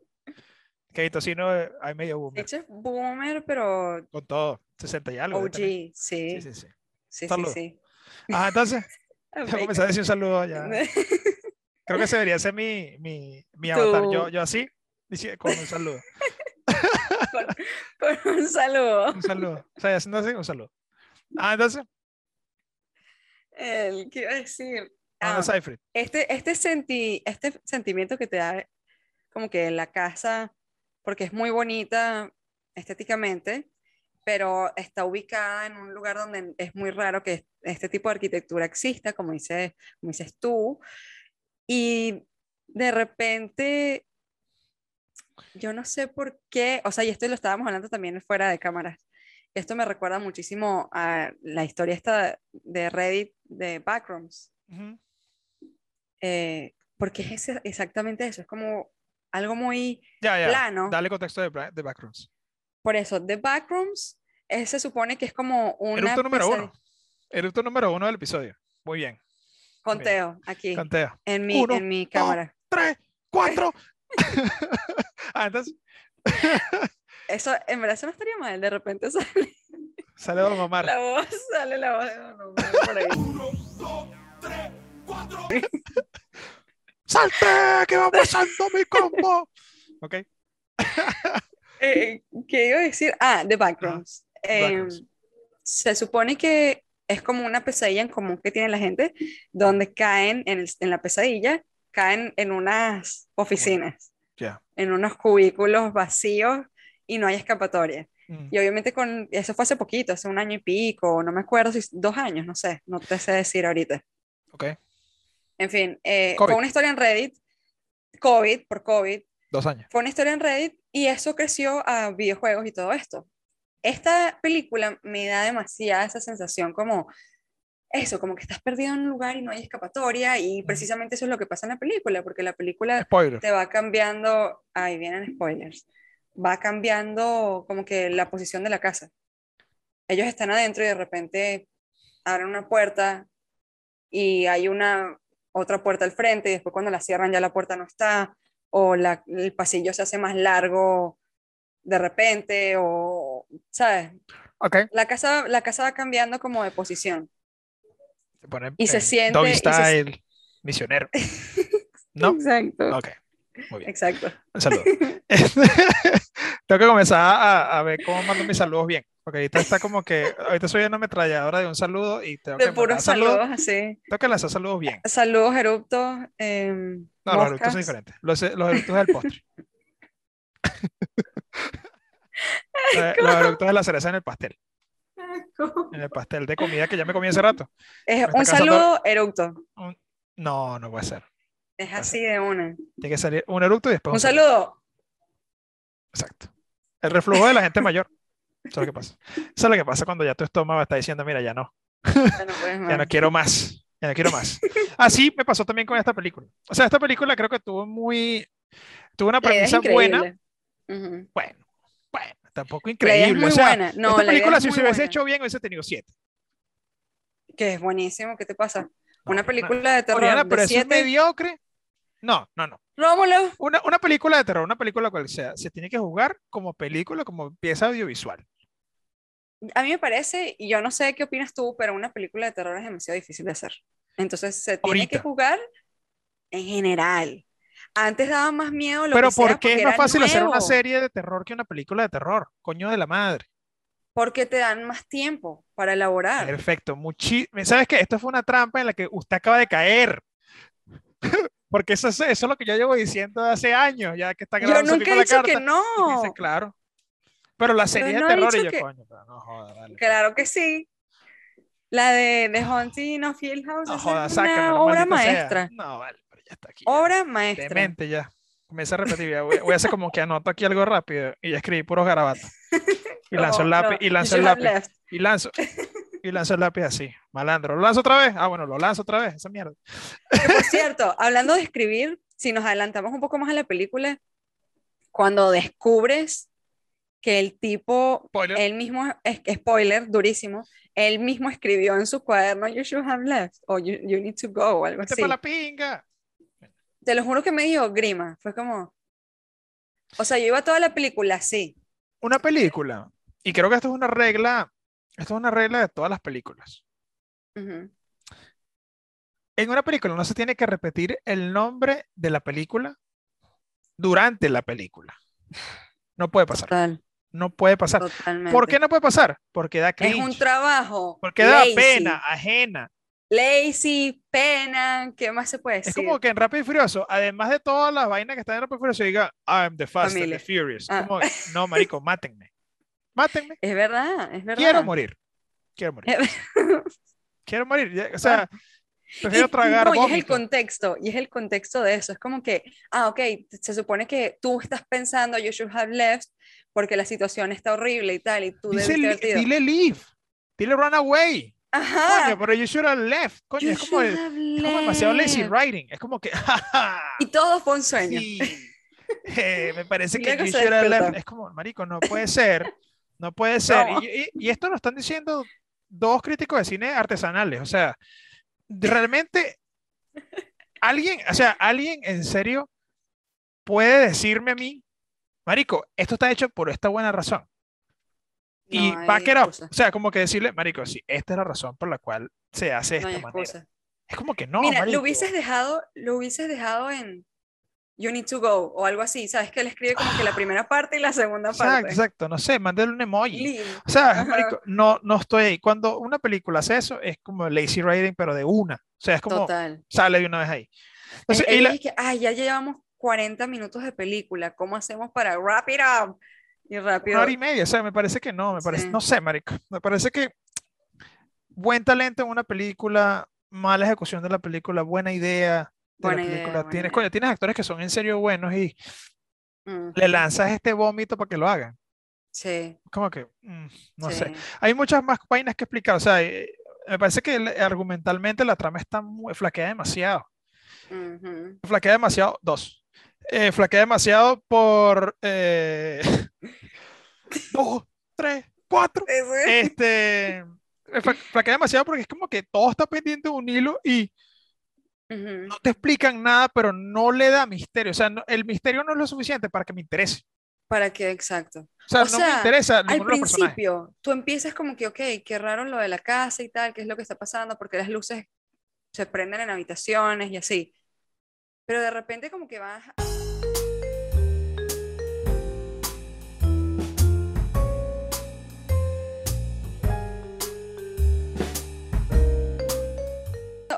Speaker 1: Kevin Tocino, eh, hay medio
Speaker 2: de
Speaker 1: boomer.
Speaker 2: hecho, es boomer, pero
Speaker 1: Con todo, 60 y algo. debe
Speaker 2: OG,
Speaker 1: tener.
Speaker 2: sí.
Speaker 1: Sí,
Speaker 2: Sí, sí,
Speaker 1: sí, sí.
Speaker 2: sí.
Speaker 1: Saludo. Ah, entonces, voy a
Speaker 2: Ok.
Speaker 1: comenzar a decir un saludo allá. Creo que ese debería ser mi, mi, mi avatar. Yo,
Speaker 2: Tu-
Speaker 1: yo así, dici- con un saludo.
Speaker 2: Con un saludo.
Speaker 1: Un saludo. O sea, haciendo así, un saludo. Ah, entonces,
Speaker 2: El, ¿Qué iba a decir?
Speaker 1: Ana
Speaker 2: Ah,
Speaker 1: Seyfried.
Speaker 2: este, este, senti- este sentimiento que te da como que la casa, porque es muy bonita estéticamente, pero está ubicada en un lugar donde es muy raro que este tipo de arquitectura exista, como dices, como dices tú, y de repente, yo no sé por qué, o sea, y esto lo estábamos hablando también fuera de cámaras, esto me recuerda muchísimo a la historia esta de Reddit de Backrooms
Speaker 1: Ujú.
Speaker 2: eh, porque es ese- exactamente eso, es como algo muy
Speaker 1: Ya, ya.
Speaker 2: plano.
Speaker 1: Dale contexto de, Bra- de Backrooms.
Speaker 2: Por eso, The Backrooms eh, se supone que es como una...
Speaker 1: Erupto número
Speaker 2: pesadi-
Speaker 1: uno. Erupto número uno del episodio. Muy bien.
Speaker 2: Conteo, aquí,
Speaker 1: Canteo.
Speaker 2: en mi,
Speaker 1: Uno,
Speaker 2: en mi cámara.
Speaker 1: Tres, cuatro. ah, entonces,
Speaker 2: Eso, en verdad, eso no estaría mal, de repente sale
Speaker 1: sale Don Omar.
Speaker 2: la voz, sale la voz de Don Omar por ahí.
Speaker 1: ¡Salte! ¡Que va pasando mi combo! Ok.
Speaker 2: Eh, ¿qué iba a decir? Ah, The Backrooms. Eh,
Speaker 1: Backrooms.
Speaker 2: se supone que es como una pesadilla en común que tiene la gente, donde caen en, el- en la pesadilla, caen en unas oficinas,
Speaker 1: Ya.
Speaker 2: en unos cubículos vacíos y no hay escapatoria.
Speaker 1: Mm.
Speaker 2: Y obviamente con eso fue hace poquito, hace un año y pico, no me acuerdo si dos años, no sé, no te sé decir ahorita.
Speaker 1: Ok.
Speaker 2: En fin, eh, fue
Speaker 1: COVID.
Speaker 2: una historia en Reddit, COVID, por COVID,
Speaker 1: Dos años.
Speaker 2: fue una historia en Reddit y eso creció a videojuegos y todo esto. Esta película me da demasiada esa sensación como eso, como que estás perdido en un lugar y no hay escapatoria y
Speaker 1: Ujú.
Speaker 2: precisamente eso es lo que pasa en la película, porque la película
Speaker 1: Spoiler.
Speaker 2: te va cambiando, ahí vienen spoilers, va cambiando como que la posición de la casa. Ellos están adentro y de repente abren una puerta y hay una otra puerta al frente y después cuando la cierran ya la puerta no está o la, el pasillo se hace más largo de repente o, ¿sabes?
Speaker 1: Ok.
Speaker 2: La casa, la casa va cambiando como de posición.
Speaker 1: Se pone
Speaker 2: Y se
Speaker 1: en
Speaker 2: siente-
Speaker 1: Doggy
Speaker 2: y se-
Speaker 1: Style, misionero. ¿No?
Speaker 2: Exacto.
Speaker 1: Ok. Muy bien.
Speaker 2: Exacto.
Speaker 1: Un saludo. Tengo que comenzar a, a ver cómo mando mis saludos bien. Porque ahorita está como que. Ahorita soy una ametralladora de un saludo y tengo que
Speaker 2: De
Speaker 1: mandar
Speaker 2: puros saludos, así.
Speaker 1: Tengo que lanzar saludos bien.
Speaker 2: Saludos, eruptos. em,
Speaker 1: No, los eructos
Speaker 2: moscas.
Speaker 1: son diferentes. Los, los eructos del postre. Eh, los eructos de la cereza en el pastel. En el pastel de comida que ya me comí hace rato.
Speaker 2: Es
Speaker 1: está
Speaker 2: un
Speaker 1: cansando-
Speaker 2: saludo, eructo.
Speaker 1: No, no puede ser.
Speaker 2: Es así de una.
Speaker 1: Tiene que salir un eructo y después
Speaker 2: Un saludo.
Speaker 1: Exacto. El reflujo de la gente mayor. Eso es lo que pasa. Eso es lo que pasa cuando ya tu estómago está diciendo, mira, ya no,
Speaker 2: Ya no puedes
Speaker 1: ya no
Speaker 2: más.
Speaker 1: quiero más, ya no quiero más. Así me pasó también con esta película. O sea, esta película creo que tuvo muy, tuvo una
Speaker 2: La idea es
Speaker 1: premisa buena.
Speaker 2: increíble. Ujú.
Speaker 1: Bueno, bueno, tampoco
Speaker 2: La idea es
Speaker 1: increíble.
Speaker 2: muy
Speaker 1: o sea,
Speaker 2: buena. No,
Speaker 1: esta
Speaker 2: la idea
Speaker 1: película
Speaker 2: es
Speaker 1: si
Speaker 2: muy
Speaker 1: se hubiese
Speaker 2: buena.
Speaker 1: hecho bien hubiese tenido siete.
Speaker 2: Que es buenísimo. ¿Qué te pasa?
Speaker 1: No,
Speaker 2: Una
Speaker 1: no,
Speaker 2: película de terror
Speaker 1: coreana,
Speaker 2: de
Speaker 1: pero eso es
Speaker 2: siete.
Speaker 1: mediocre. No, no, no.
Speaker 2: Rómulo.
Speaker 1: Una, una película de terror, una película cual sea, se tiene que jugar como película, como pieza audiovisual.
Speaker 2: A mí me parece, y yo no sé qué opinas tú, pero una película de terror es demasiado difícil de hacer. Entonces se tiene
Speaker 1: Ahorita.
Speaker 2: que jugar en general. Antes daba más miedo lo
Speaker 1: Pero
Speaker 2: que sea,
Speaker 1: ¿por qué es
Speaker 2: porque
Speaker 1: más
Speaker 2: era
Speaker 1: fácil hacer una
Speaker 2: nuevo,
Speaker 1: serie de terror que una película de terror? Coño de la madre.
Speaker 2: Porque te dan más tiempo para elaborar.
Speaker 1: Perfecto. Muchi ¿Sabes qué? Esto fue una trampa en la que usted acaba de caer. Porque eso es, eso es lo que yo llevo diciendo hace años, ya que está
Speaker 2: Yo
Speaker 1: grabando
Speaker 2: nunca he
Speaker 1: la
Speaker 2: dicho
Speaker 1: carta.
Speaker 2: que no.
Speaker 1: Y dice, claro. Pero la serie
Speaker 2: no
Speaker 1: de
Speaker 2: he
Speaker 1: terror y
Speaker 2: dicho
Speaker 1: yo,
Speaker 2: que-
Speaker 1: coño, pero no joda, dale.
Speaker 2: Claro que sí. La de The Haunting of Hill House
Speaker 1: No
Speaker 2: esa
Speaker 1: joda,
Speaker 2: es
Speaker 1: sácame,
Speaker 2: una obra maestra.
Speaker 1: No, vale, pero ya está aquí. ya.
Speaker 2: Obra maestra.
Speaker 1: Demente ya. Comienza a repetir. ya, Voy, voy a hacer como que anoto aquí algo rápido y ya escribí puros garabatos. Y lanzo el
Speaker 2: No,
Speaker 1: lápiz,
Speaker 2: no,
Speaker 1: y lanzo
Speaker 2: you
Speaker 1: el
Speaker 2: have
Speaker 1: lápiz.
Speaker 2: left.
Speaker 1: Y lanzo. Y lanzo el lápiz así. Malandro. ¿Lo lanzo otra vez? Ah, bueno, lo lanzo otra vez. Esa mierda.
Speaker 2: Que, por cierto, hablando de escribir, si nos adelantamos un poco más a la película, cuando descubres que el tipo,
Speaker 1: Spoiler.
Speaker 2: él mismo, es, spoiler, durísimo, él mismo escribió en su cuaderno, You should have left, o You, you need to go, o algo
Speaker 1: Vete
Speaker 2: así.
Speaker 1: para la pinga.
Speaker 2: Te lo juro que me dio grima, fue como... O sea, yo iba a toda la película así.
Speaker 1: Una película. Y creo que esto es una regla. Esto es una regla de todas las películas.
Speaker 2: Ujú.
Speaker 1: En una película no se tiene que repetir el nombre de la película durante la película. No puede pasar.
Speaker 2: Total,
Speaker 1: No puede pasar.
Speaker 2: totalmente.
Speaker 1: ¿Por qué no puede pasar? Porque da
Speaker 2: Es un
Speaker 1: cringe.
Speaker 2: trabajo.
Speaker 1: Porque da
Speaker 2: lazy,
Speaker 1: pena ajena.
Speaker 2: Lazy, pena, ¿qué más se puede decir?
Speaker 1: Es como que en Rápido y Furioso, además de todas las vainas que están en Rápido y Furioso, diga, I'm the fast and the
Speaker 2: Familia.
Speaker 1: furious.
Speaker 2: Ah.
Speaker 1: Como, no, marico, mátenme. Mátenme.
Speaker 2: Es verdad, es verdad.
Speaker 1: Quiero morir. Quiero morir. Quiero morir. Ya, O sea, prefiero
Speaker 2: Ah. Y-
Speaker 1: tragar
Speaker 2: no, y es el
Speaker 1: vómito.
Speaker 2: contexto, y es el contexto de eso. Es como que, ah, ok, se supone que tú estás pensando, you should have left, porque la situación está horrible y tal, y tú
Speaker 1: Dice,
Speaker 2: debiste
Speaker 1: li-
Speaker 2: haber ido.
Speaker 1: dile leave. Dile run away.
Speaker 2: Ajá,
Speaker 1: Coño, pero you should have left. Coño,
Speaker 2: Ah. you
Speaker 1: es como, el-
Speaker 2: should have
Speaker 1: es como demasiado lazy
Speaker 2: left.
Speaker 1: writing. Es como que, "Ja, ja,
Speaker 2: Y todo fue un sueño.
Speaker 1: sí". Eh, me parece
Speaker 2: Y
Speaker 1: que
Speaker 2: luego
Speaker 1: you
Speaker 2: se
Speaker 1: should have left.
Speaker 2: despierta.
Speaker 1: Es como, marico, no puede ser. No puede ser.
Speaker 2: No.
Speaker 1: Y, y- y esto lo están diciendo dos críticos de cine artesanales. O sea, de- realmente, alguien, o sea, alguien en serio puede decirme a mí, marico, esto está hecho por esta buena razón. Y
Speaker 2: No hay
Speaker 1: back it up.
Speaker 2: excusa.
Speaker 1: O sea, como que decirle, marico, sí, esta es la razón por la cual se hace de
Speaker 2: No hay
Speaker 1: esta manera.
Speaker 2: excusa.
Speaker 1: Es como que no,
Speaker 2: Mira,
Speaker 1: marico.
Speaker 2: lo hubieses dejado, lo hubieses dejado en You need to go o algo así. Sabes que él escribe como que la primera parte y la segunda
Speaker 1: Ah. Exacto,
Speaker 2: parte.
Speaker 1: exacto. No sé, mándale un emoji.
Speaker 2: Leave.
Speaker 1: O sea,
Speaker 2: Ajá.
Speaker 1: marico, no, no estoy ahí. Cuando una película hace eso, es como lazy writing, pero de una. O sea, es como
Speaker 2: Total.
Speaker 1: sale de una vez ahí. Entonces,
Speaker 2: Eh,
Speaker 1: y la-
Speaker 2: ellos dije, ay, ya llevamos 40 minutos de película, ¿cómo hacemos para wrap it up? Y rápido.
Speaker 1: una hora y media, o sea, me parece que no, me parece,
Speaker 2: Sí.
Speaker 1: no sé, marico. Me parece que buen talento en una película, mala ejecución de la película, buena idea de
Speaker 2: Buena
Speaker 1: la
Speaker 2: idea,
Speaker 1: película.
Speaker 2: buena
Speaker 1: tienes,
Speaker 2: idea.
Speaker 1: coño, tienes actores que son en serio buenos y
Speaker 2: Ujú.
Speaker 1: le lanzas este vómito para que lo hagan.
Speaker 2: mm, Sí,
Speaker 1: Como que, mm, no sé.
Speaker 2: sí.
Speaker 1: hay muchas más vainas que explicar. O sea, eh, me parece que el- argumentalmente la trama está muy, flaquea demasiado.
Speaker 2: Ujú.
Speaker 1: Flaquea demasiado, dos. Eh, flaquea demasiado por eh, dos, tres, cuatro.
Speaker 2: Eso es.
Speaker 1: Este, flaquea demasiado porque es como que todo está pendiente de un hilo y
Speaker 2: Ujú.
Speaker 1: no te explican nada, pero no le da misterio. O sea, no- el misterio no es lo suficiente para que me interese.
Speaker 2: ¿Para qué? Exacto.
Speaker 1: O sea,
Speaker 2: O
Speaker 1: no me
Speaker 2: sea,
Speaker 1: interesa
Speaker 2: Al
Speaker 1: ninguno de los personajes.
Speaker 2: principio, tú empiezas como que, ok, qué raro lo de la casa y tal, qué es lo que está pasando, porque las luces se prenden en habitaciones y así. Pero de repente como que vas...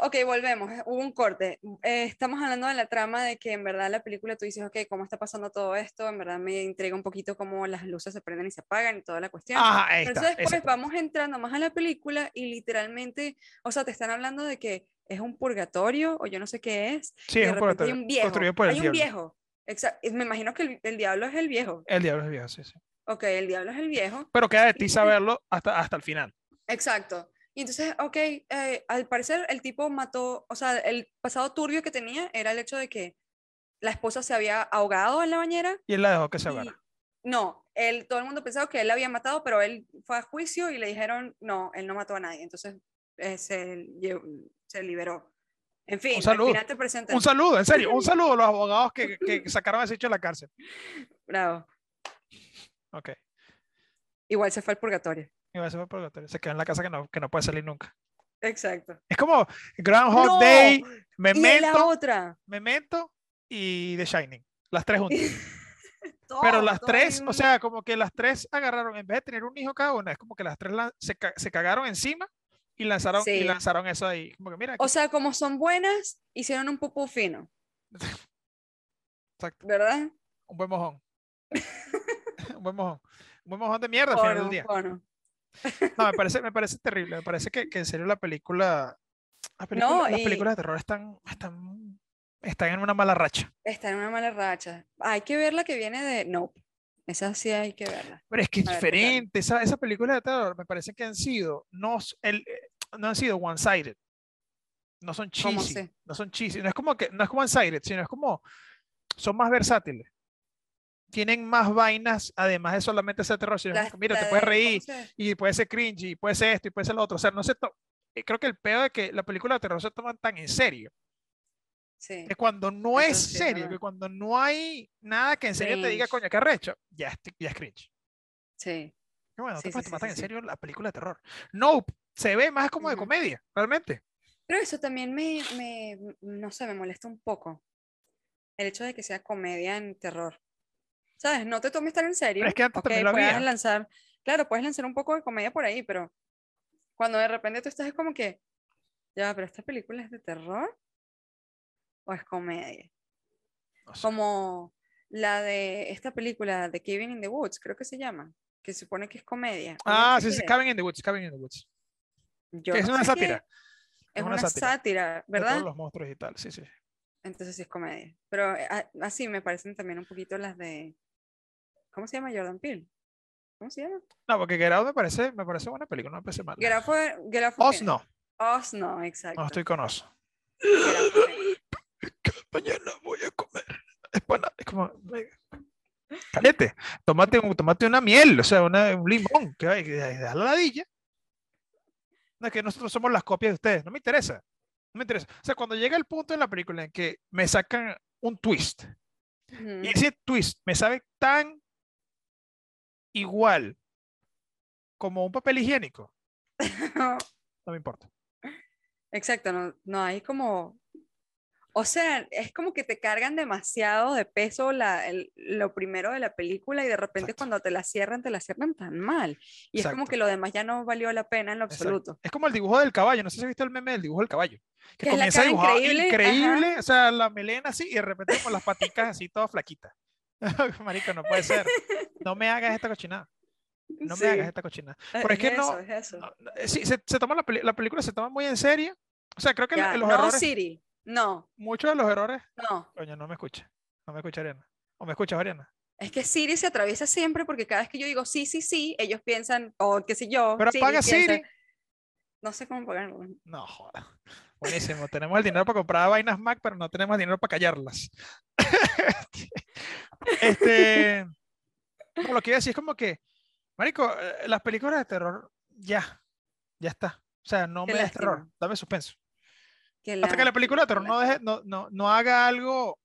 Speaker 2: Ok, volvemos. Hubo un corte. Eh, estamos hablando de la trama de que en verdad la película tú dices, ok, ¿cómo está pasando todo esto? En verdad me intriga un poquito cómo las luces se prenden y se apagan y toda la cuestión.
Speaker 1: Ajá, Ah, ahí
Speaker 2: Pero
Speaker 1: está.
Speaker 2: entonces después
Speaker 1: exacto.
Speaker 2: vamos entrando más a la película y literalmente, o sea, te están hablando de que es un purgatorio o yo no sé qué es.
Speaker 1: Sí,
Speaker 2: y
Speaker 1: es
Speaker 2: de
Speaker 1: un
Speaker 2: repente
Speaker 1: purgatorio,
Speaker 2: Hay un viejo.
Speaker 1: construido por el
Speaker 2: hay
Speaker 1: diablo.
Speaker 2: un viejo. Exa- y Me imagino que el, el diablo es el viejo.
Speaker 1: El diablo es viejo, sí, sí.
Speaker 2: Ok, el diablo es el viejo.
Speaker 1: Pero queda de
Speaker 2: Sí,
Speaker 1: ti
Speaker 2: sí.
Speaker 1: saberlo hasta, hasta el final.
Speaker 2: Exacto. Y entonces, ok, eh, al parecer el tipo mató, o sea, el pasado turbio que tenía era el hecho de que la esposa se había ahogado en la bañera
Speaker 1: Y él la dejó que se
Speaker 2: Y-
Speaker 1: ahogara.
Speaker 2: No, él, todo el mundo pensaba que él la había matado, pero él fue a juicio y le dijeron, no, él no mató a nadie. Entonces eh, se, lle- se liberó. En fin, al
Speaker 1: saludo.
Speaker 2: final te presentan.
Speaker 1: Un saludo, en serio, un saludo a los abogados que, que sacaron a ese hecho de la cárcel.
Speaker 2: Bravo.
Speaker 1: Ok.
Speaker 2: Igual se fue al purgatorio.
Speaker 1: Y va a ser purgatorio. Se quedó en la casa que no, que no puede salir nunca.
Speaker 2: Exacto.
Speaker 1: Es como Groundhog
Speaker 2: ¡No!
Speaker 1: Day,
Speaker 2: Y de la
Speaker 1: Memento,
Speaker 2: otra.
Speaker 1: Memento y The Shining. Las tres juntas. Pero
Speaker 2: Todo,
Speaker 1: las
Speaker 2: todo en
Speaker 1: tres, o
Speaker 2: un-
Speaker 1: sea, como que las tres agarraron, en vez de tener un hijo cada una, es como que las tres la- se, ca- se cagaron encima y lanzaron, y
Speaker 2: Sí.
Speaker 1: lanzaron eso ahí. Como que mira,
Speaker 2: O
Speaker 1: aquí-
Speaker 2: sea, como son buenas, hicieron un pupú fino,
Speaker 1: exacto,
Speaker 2: ¿verdad?
Speaker 1: un buen mojón. un buen mojón. Un buen mojón de mierda al final del
Speaker 2: Porno,
Speaker 1: día.
Speaker 2: porno.
Speaker 1: No, me parece, me parece terrible. Me parece que, que en serio la película. las películas-
Speaker 2: No,
Speaker 1: las
Speaker 2: y-
Speaker 1: películas de terror están, están, están en una mala racha.
Speaker 2: Está en una mala racha. Hay que ver la que viene de Nope. Esa sí hay que verla.
Speaker 1: Pero es que es
Speaker 2: A ver, ¿qué tal?
Speaker 1: diferente. Esa, esas películas de terror me parece que han sido. No, s- el, eh, no han sido one-sided. No son
Speaker 2: ¿Cómo
Speaker 1: cheesy.
Speaker 2: sé?
Speaker 1: No son cheesy. No es como que. No es como one-sided, sino es como. Son más versátiles. Tienen más vainas, además de solamente ese terror. Sino es
Speaker 2: La-
Speaker 1: como que, mira,
Speaker 2: la
Speaker 1: te puedes
Speaker 2: de- ¿cómo
Speaker 1: reír.
Speaker 2: se-
Speaker 1: y puede ser cringy, y puede ser esto, y puede ser lo otro. O sea, no se to- eh, Creo que el peor de que la película de terror se toman tan en serio,
Speaker 2: Sí.
Speaker 1: que cuando no es
Speaker 2: Eso sí es
Speaker 1: serio, que
Speaker 2: verdad.
Speaker 1: cuando no hay nada que en serio te diga,
Speaker 2: Cringe.
Speaker 1: coño, qué arrecho, ya es, ya es cringe.
Speaker 2: Sí,
Speaker 1: Qué bueno, no te
Speaker 2: Sí,
Speaker 1: puedes
Speaker 2: sí,
Speaker 1: tomar tan
Speaker 2: sí, sí,
Speaker 1: en
Speaker 2: sí.
Speaker 1: serio la película de terror. Nope, se ve más como de
Speaker 2: Ujú.
Speaker 1: comedia, realmente.
Speaker 2: pero eso también me, me, no sé, me molesta un poco. El hecho de que sea comedia en terror. ¿Sabes? No te tomes tan en serio.
Speaker 1: es que antes también lo
Speaker 2: ok, puedes
Speaker 1: había.
Speaker 2: lanzar, claro, puedes lanzar un poco de comedia por ahí, pero cuando de repente tú estás es como que, ya, pero esta película es de terror o es comedia.
Speaker 1: No sé.
Speaker 2: Como la de esta película de Kevin in the Woods, creo que se llama, que se supone que es comedia. o yo no
Speaker 1: Ah,
Speaker 2: sé
Speaker 1: sí, sí,
Speaker 2: qué.
Speaker 1: Cabin in the Woods, Cabin in the Woods.
Speaker 2: Yo
Speaker 1: es
Speaker 2: no
Speaker 1: una
Speaker 2: sé qué,
Speaker 1: sátira.
Speaker 2: Es una sátira,
Speaker 1: de
Speaker 2: ¿verdad?
Speaker 1: todos los monstruos y tal, sí, sí.
Speaker 2: Entonces sí es comedia. Pero eh, a- así me parecen también un poquito las de. ¿Cómo se llama Jordan Peele? ¿Cómo se llama?
Speaker 1: No, porque Get Out me parece, me parece buena película, no me parece mal.
Speaker 2: Get Out fue- Get Out fue
Speaker 1: Oz
Speaker 2: fina.
Speaker 1: no,
Speaker 2: Oz no, exacto.
Speaker 1: no estoy con Oz.
Speaker 2: Get Out fue fina.
Speaker 1: mañana voy a comer empanada. Es como, "Ve, cállate, tómate, un- tómate una miel, o sea, una- un limón, que hay, da la ladilla. No es que nosotros somos las copias de ustedes, no me interesa, no me interesa. O sea, cuando llega el punto en la película en que me sacan un twist, y
Speaker 2: Ujú.
Speaker 1: ese twist me sabe tan igual como un papel higiénico, no me importa.
Speaker 2: Exacto, no, no hay como. O sea, es como que te cargan demasiado de peso la, el- lo primero de la película y de repente
Speaker 1: Exacto.
Speaker 2: cuando te la cierran, te la cierran tan mal. Y es como
Speaker 1: Exacto.
Speaker 2: que lo demás ya no valió la pena en lo
Speaker 1: Exacto.
Speaker 2: absoluto.
Speaker 1: Es como el dibujo del caballo, no sé si has visto el meme del dibujo del caballo. Que,
Speaker 2: Que es la
Speaker 1: comienza a
Speaker 2: cara
Speaker 1: dibujar increíble,
Speaker 2: increíble,
Speaker 1: o sea, la melena así y de repente con las paticas así todas flaquitas. Marico, no puede ser. No me hagas esta cochinada. No me hagas
Speaker 2: Sí.
Speaker 1: esta cochinada.
Speaker 2: Eh,
Speaker 1: Pero es que no-
Speaker 2: eso, es eso.
Speaker 1: No, no, eh, sí, se, se toma la, peli- la película se toma muy en serio. O sea, creo que
Speaker 2: Ya,
Speaker 1: los
Speaker 2: no,
Speaker 1: errores,
Speaker 2: Siri. No,
Speaker 1: muchos de los errores,
Speaker 2: no.
Speaker 1: coño, no me escucha. No me escucha Ariana. ¿O me escuchas, Ariana?
Speaker 2: Es que Siri se atraviesa siempre porque cada vez que yo digo sí, sí, sí, ellos piensan, o qué sé yo.
Speaker 1: Pero apaga
Speaker 2: piensa-
Speaker 1: Siri.
Speaker 2: No sé cómo pagarlo.
Speaker 1: No, joda. Buenísimo. tenemos el dinero para comprar vainas Mac, pero no tenemos el dinero para callarlas. este. no, lo que iba a decir es como que, Marico, eh, las películas de terror, ya. Ya está. O sea, no
Speaker 2: Qué
Speaker 1: me des
Speaker 2: lástima.
Speaker 1: terror, dame suspenso.
Speaker 2: Que
Speaker 1: Hasta que la película de terror no, deje- no, no, no haga algo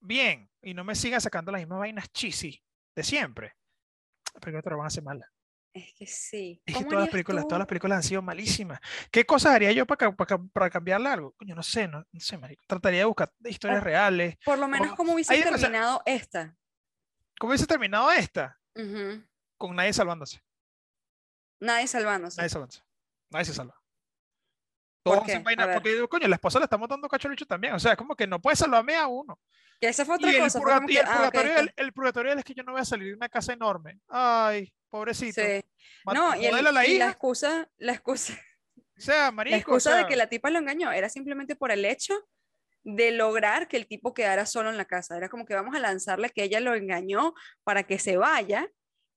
Speaker 1: bien y no me siga sacando las mismas vainas cheesy de siempre. Las películas de terror van a ser malas.
Speaker 2: Es que sí.
Speaker 1: Es que
Speaker 2: ¿Cómo
Speaker 1: todas las
Speaker 2: harías
Speaker 1: películas,
Speaker 2: tú?
Speaker 1: todas las películas han sido malísimas. ¿Qué cosas haría yo para, para, para cambiarle algo? Coño, no sé, no, no sé, marico. Trataría de buscar
Speaker 2: Ah.
Speaker 1: historias reales.
Speaker 2: Por lo menos,
Speaker 1: Ojo,
Speaker 2: ¿cómo hubiese
Speaker 1: hay demasiada-
Speaker 2: terminado esta?
Speaker 1: ¿Cómo hubiese terminado esta?
Speaker 2: Ujú.
Speaker 1: Con nadie salvándose.
Speaker 2: Nadie salvándose.
Speaker 1: Nadie salvándose. Nadie se salva.
Speaker 2: ¿Por
Speaker 1: Todos
Speaker 2: qué?
Speaker 1: hacen vaina-
Speaker 2: A ver.
Speaker 1: porque digo, coño, la esposa le está matando cacho al bicho también. O sea, es como que no puede salvarme a uno.
Speaker 2: Que esa fue
Speaker 1: Y
Speaker 2: otra
Speaker 1: el,
Speaker 2: cosa. fue
Speaker 1: purga-
Speaker 2: como
Speaker 1: y
Speaker 2: que,
Speaker 1: el
Speaker 2: ah, ok,
Speaker 1: purgatorio,
Speaker 2: esto-
Speaker 1: del- el purgatorio del es que yo no voy a salir de una casa enorme. Ay, pobrecito.
Speaker 2: sí.
Speaker 1: Mat-
Speaker 2: No, y, el-
Speaker 1: modélala a la
Speaker 2: y la
Speaker 1: hija.
Speaker 2: excusa, la excusa,
Speaker 1: O sea,
Speaker 2: la
Speaker 1: marico. o
Speaker 2: excusa de
Speaker 1: sea,
Speaker 2: que la tipa lo engañó era simplemente por el hecho de lograr que el tipo quedara solo en la casa. Era como que vamos a lanzarle que ella lo engañó para que se vaya